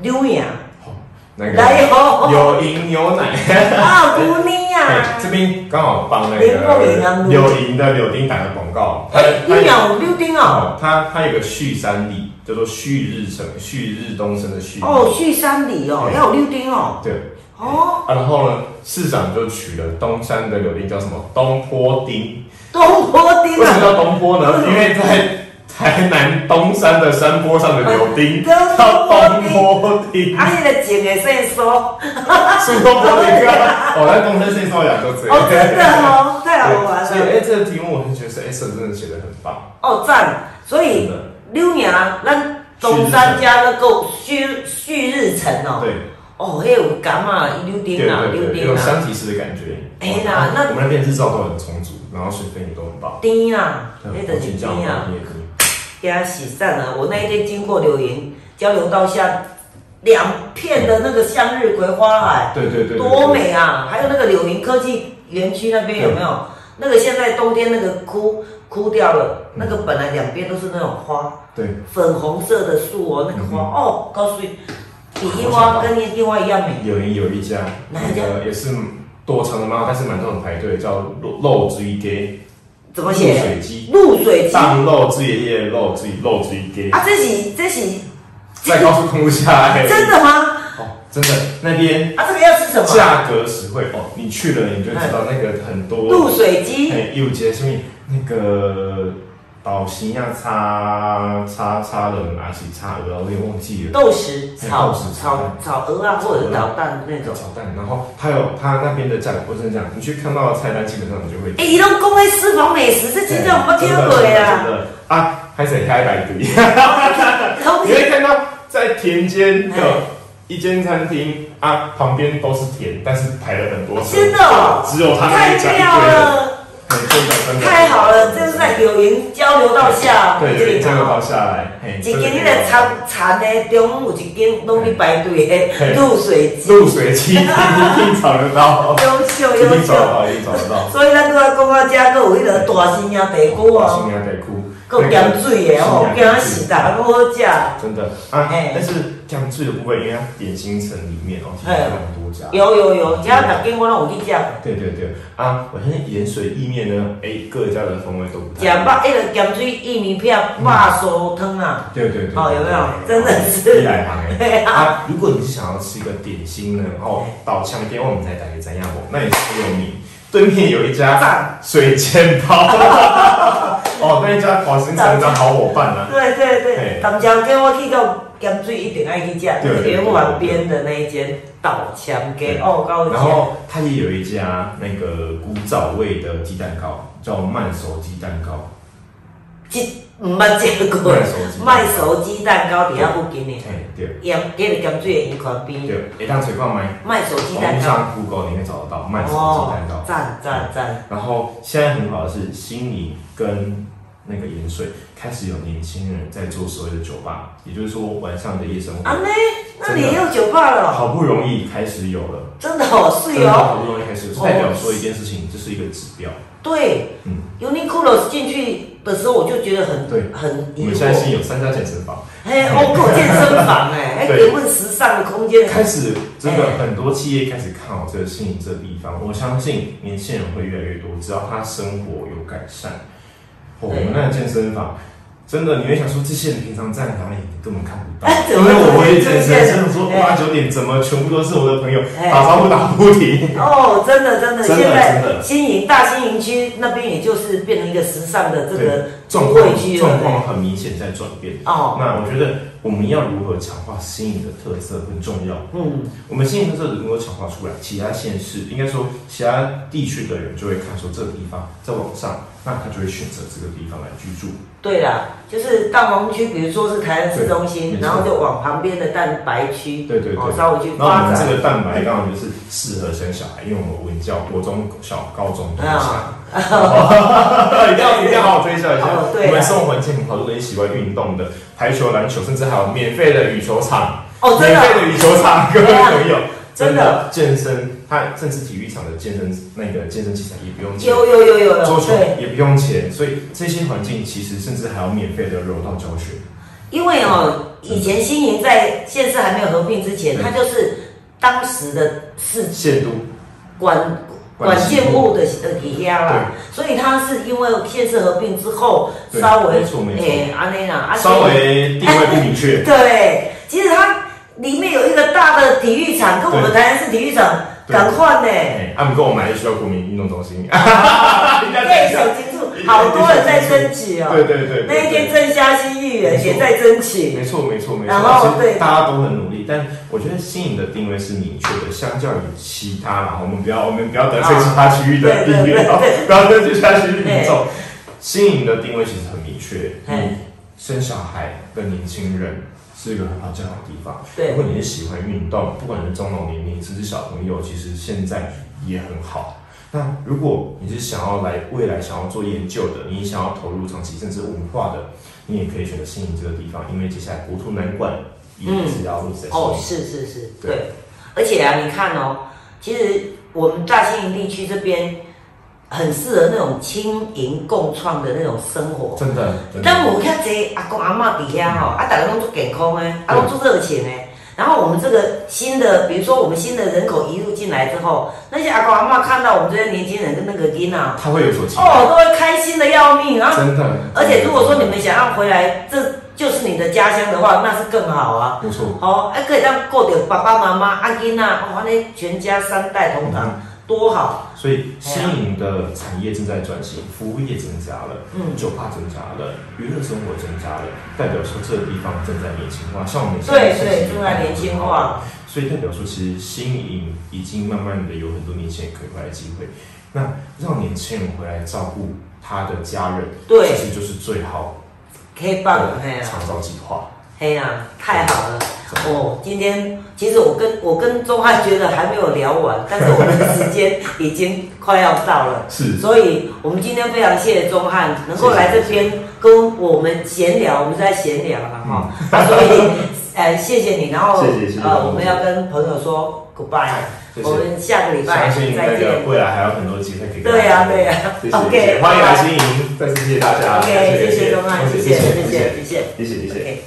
S2: 柳营，
S1: 好，那个
S2: 来
S1: <laughs>
S2: 吼，
S1: 有赢有奶。
S2: 啊，姑娘
S1: 哎
S2: 呀，
S1: 这边刚好帮那
S2: 林凤营啊
S1: 个柳营的柳丁打个广告，它
S2: <laughs> 哎，
S1: 它
S2: 你俩有柳丁哦，
S1: 哦，它它有个旭山里，叫做旭日城，旭日东升的旭。
S2: 哦，去山里哦，
S1: 哎
S2: 要有柳丁哦，
S1: 对
S2: 哦，
S1: 啊，然后呢，市长就取了东山的柳丁叫什么东坡丁，
S2: 东坡丁
S1: 为什么
S2: 啊，，
S1: 叫东坡呢？因为在 <laughs> 台南东山的山坡上的柳丁
S2: <laughs> 东
S1: 叫
S2: 坡
S1: 东
S2: 丁
S1: 坡丁，
S2: 啊，你的井的税收，
S1: 树东坡丁啊！我在东山县受养都这样。
S2: 哦，真的哦，太好玩
S1: 对所以，哎、
S2: 了，
S1: 这个题目我就觉得是 S 真的写的很棒，
S2: 哦，赞，所以六年啊，咱中山家那个旭旭日城哦，
S1: 对，
S2: 哦，迄有感啊，溜
S1: 对
S2: 丁啊，溜
S1: 对对，
S2: 丁
S1: 有
S2: 啊，
S1: 香提式的感觉。哦
S2: 哎呀那
S1: 我们那边日照都很充足，然后水分也都很棒。
S2: 丁啊，迄
S1: 我
S2: 就是
S1: 请
S2: 丁
S1: 教你
S2: 啊，
S1: 你也可以。
S2: 给他洗散了。啊我那一天经过柳营交流道下，两片的那个向日葵花海，
S1: 对对对，对
S2: 多！美啊！还有那个柳营科技园区那边有没有？那个现在冬天那个枯枯掉了，
S1: 嗯
S2: 那个本来两边都是那种花，
S1: 对，
S2: 粉红色的树哦，那个花
S1: 嗯
S2: 哦，告诉你，比樱花跟那樱花一样美。
S1: 有一有一家，
S2: 哪
S1: 那
S2: 一家
S1: 个也是多长的猫，但是蛮多人排队，叫肉肉之一爹，
S2: 怎么
S1: 露
S2: 写？
S1: 水鸡，
S2: 露水鸡啊，
S1: 上肉之爷爷，肉之肉之一爹，
S2: 这是这是啊
S1: 在高速公路下来，
S2: 真的吗？
S1: 哦，真的那边
S2: 啊，这个要吃什么？
S1: 价格实惠哦，你去了你就知道那个很多
S2: 露水鸡。
S1: 哎，有节什么那个岛形啊，叉叉叉人还是叉鹅啊，我也忘记了。
S2: 豆豉炒
S1: 哎豆豉
S2: 炒炒鹅啊，或者捣蛋那种。
S1: 炒蛋，然后它有它那边的价格，我真的讲，你去看到的菜单，基本上你就会。
S2: 哎，伊拢讲咧私房美食，这真正我没听过
S1: 真
S2: 呀。
S1: 的啊，还是开百度，你哎 <laughs>
S2: 可
S1: 会看到在田间有一间餐厅啊，旁边都是田，但是排了很多车，
S2: 真的哦
S1: 只有他那
S2: 太
S1: 一家一
S2: 妙
S1: 堆人，
S2: 了，
S1: 很真的真的
S2: 太好了，这是在柳营交流道下
S1: 对，有点这个
S2: 啊
S1: 包。下来，嘿，
S2: 一间迄个餐餐的中有一间拢咧排队的欸
S1: 嘿
S2: 露水鸡，
S1: 露水
S2: <laughs>
S1: 机一定找得到，
S2: 优秀
S1: 一
S2: 优
S1: 定找得
S2: 秀。
S1: 到，一定找得到。
S2: 所以咱拄仔讲到遮，搁有迄个大新娘地区
S1: 哇新
S2: 哦，
S1: 娘得哭，
S2: 搁有咸水的哦，惊死大家
S1: 的，
S2: 好食。
S1: 真的啊
S2: 嘿！
S1: 但是江水的部分，因为它点心城里面哦，其实有很多家。
S2: 哎有有有，遮逐间我拢有去食。
S1: 对对对啊！我相信盐水意面呢，哎，各家的风味都不
S2: 食
S1: 太一样。
S2: 肉，迄个咸水薏米片、肉酥汤啊，
S1: 对对对，
S2: 哦有没有
S1: 对
S2: 真的是
S1: 一来行
S2: 对 <laughs>
S1: 哎啊！如果你是想要吃一个点心呢，哦，到枪边我们才打给张亚博，哦那也是很有名。对面有一家
S2: 赞
S1: 水煎
S2: <laughs>
S1: 包，哦，那一家华生城的好伙伴啊，
S2: 对对对
S1: 嘿，
S2: 淡江街我去到咸水一定爱去食，
S1: 对对
S2: 圆环边的那一间岛强街
S1: 对
S2: 哦，高
S1: 然
S2: 级。
S1: 后它也有一家那个古早味的鸡蛋糕，叫慢熟鸡蛋糕，
S2: 即毋捌食过
S1: 慢熟鸡蛋糕
S2: 卖熟鸡蛋糕伫遐附近的，
S1: 哎，对
S2: 盐迄个咸水的盐泉边
S1: 对，哎，当水矿麦，
S2: 卖熟鸡
S1: 网
S2: 蛋
S1: 络
S2: 糕，
S1: 上 Google 你会找得到慢熟
S2: 哦
S1: 鸡蛋糕。
S2: 赞赞赞，
S1: 然后现在很好的是，悉尼跟那个盐水开始有年轻人在做所谓的酒吧，也就是说晚上的夜生活，
S2: 安尼，那你也有酒吧了哦，
S1: 好不容易开始有了，
S2: 真的好
S1: 真
S2: 水
S1: 的
S2: 哦，
S1: 好不容易开始有，
S2: 哦
S1: 代表说一件事情，这是一个指标。
S2: 对
S1: 嗯，
S2: ，Uniqlo 进去的时候我就觉得很
S1: 对
S2: 很
S1: 我
S2: 疑
S1: 们现在
S2: 惑。
S1: 是有三家健身房，
S2: 嘿，我搞健身
S1: <laughs>
S2: 房哎，哎，
S1: 对
S2: 给问时尚的空间，
S1: 开始真
S2: 哎
S1: 的很多企业开始看好这个悉尼这个地方，我相信年轻人会越来越多，只要他生活有改善，哦我
S2: 对
S1: 们那个健身房。真的，你会想说这些人平常在哪里，你根本看不到。
S2: 哎怎
S1: 因
S2: 么
S1: 为我
S2: 会
S1: 会
S2: 这
S1: 健身，
S2: 些人
S1: 真的说
S2: 哎
S1: 八九点怎么全部都是我的朋友，
S2: 哎
S1: 打招呼打不停。
S2: 哦，真的真的，
S1: 真的
S2: 现在
S1: 真的
S2: 新营大新营区那边也就是变成一个时尚的这个
S1: 状
S2: 都
S1: 况
S2: 会区
S1: 状
S2: 了。
S1: 况很明显在转变。
S2: 哦，
S1: 那我觉得我们要如何强化新颖的特色很重要。
S2: 嗯，
S1: 我们新营特色如果强化出来，其他县市应该说其他地区的人就会看说这个地方在往上，那他就会选择这个地方来居住。
S2: 对啦，就是大红区，比如说是台南市中心，
S1: 对
S2: 然后就往旁边的蛋白区，
S1: 对对对
S2: 哦，稍微去
S1: 那我
S2: 发
S1: 们这
S2: 展。
S1: 个蛋白刚好就是适合生小孩，因为我们文教国中小、高中都有
S2: 啊
S1: 下。 <laughs> 一定要一定要好好推销一下
S2: 哦。对啊
S1: 我们送环境很好，如果你喜欢运动的，排球、篮球，甚至还有免费的羽球场，
S2: 哦，真
S1: 免
S2: 的
S1: 费的
S2: 哦，
S1: 羽球场，各位
S2: 对啊
S1: 朋友，
S2: 真的
S1: 健身，它甚至体育场的健身那个健身器材也不用钱。
S2: 有有有有
S1: 桌
S2: 有，
S1: 球
S2: 对，
S1: 也不用钱，所以这些环境其实甚至还有免费的柔道教学。
S2: 因为
S1: 嗯
S2: 哦，以前新营在县市还没有合并之前，它就是当时的市
S1: 限度
S2: 管管
S1: 管
S2: 建物的呃抵押啦，
S1: 对
S2: 所以它是因为县市合并之后
S1: 对
S2: 稍微
S1: 没错没错
S2: 诶安内啦，啊
S1: 稍微定位不明确
S2: 所以，对，其实它里面有一个大的体育场，跟我们
S1: 对
S2: 台南市体育场
S1: 对
S2: 赶快呢，
S1: 哎，啊，不过我买的需要国民运动中
S2: <laughs>
S1: 心，一定要讲
S2: 对
S1: 一下
S2: 手清楚，好多人在争取哦。
S1: 对对对，对
S2: 那一天，郑嘉欣议员也在争取，
S1: 没错没错没错，
S2: 然后
S1: 其实
S2: 对
S1: 大家都很努力，但我觉得新颖的定位是明确的，相较于其他啦，我们不要我们不要得罪其他区域的
S2: 啊对对
S1: 议员哦， <laughs> 不要得罪其他区域民众。新颖的定位其实很明确，
S2: 哎
S1: 你生小孩的年轻人是一个很好教养的地方。如
S2: 对
S1: 果你是喜欢运动，不管是中老年龄，甚至小朋友，其实现在也很好。那如果你是想要来未来想要做研究的，你想要投入长期甚至文化的，你也可以选择新营这个地方，因为接下来国土南管也是要一直在
S2: 哦，
S1: 新营
S2: 是是是，
S1: 对
S2: 对。而且啊，你看哦，其实我们大兴营地区这边很适合那种轻盈共创的那种生活。
S1: 真的，真的
S2: 但我看这阿公阿嬷底下哈，啊，大家都做健康哎，啊，都做热情哎。然后我们这个新的，比如说我们新的人口移入进来之后，那些阿公阿嬷看到我们这些年轻人跟那个囡啊，
S1: 他会有所期待，
S2: 哦，都会开心的要命啊。
S1: 真的。
S2: 而且如果说你们
S1: 真
S2: 想要回来，这就是你的家乡的话，那是更好啊。
S1: 的没错，
S2: 哦，啊，可以让过着爸爸妈妈、阿囡啊，哦，那全家三代同堂，多好。
S1: 所以新营的产业正在转型，服务业增加了。
S2: 嗯，
S1: 酒吧增加了，娱乐生活增加了，代表说这个地方正在年轻化。像我们现在
S2: 对对，正在年轻，化。
S1: 所以代表说其实新颖已经慢慢的有很多年轻人可以回来的机会。那让年轻人回来照顾他的家人，
S2: 对
S1: 其实就是最好
S2: ，K 棒，嘿
S1: 的
S2: 啊，
S1: 长照计划。
S2: 嘿啊，太好了。哦，今天其实我跟我跟钟汉觉得还没有聊完，但是我们的时间已经快要到了。
S1: 是
S2: 所以我们今天非常谢谢钟汉能够来这边跟我们闲聊，我们是在闲聊了哈、啊所以呃谢谢你，然后
S1: 嗯谢谢谢谢
S2: 呃我们要跟朋友说 goodbye，啊
S1: 谢谢
S2: 我们下个礼拜
S1: 相信那
S2: 再见
S1: 个。未来还有很多机会可以跟大
S2: 对
S1: 家
S2: 呀
S1: 分享。
S2: 对
S1: 谢谢谢谢
S2: 呀
S1: 啊
S2: ，OK，
S1: 欢迎来新营，再次谢谢大家
S2: OK，谢谢钟汉，谢谢谢谢谢谢
S1: 谢谢谢谢谢谢。
S2: ，OK。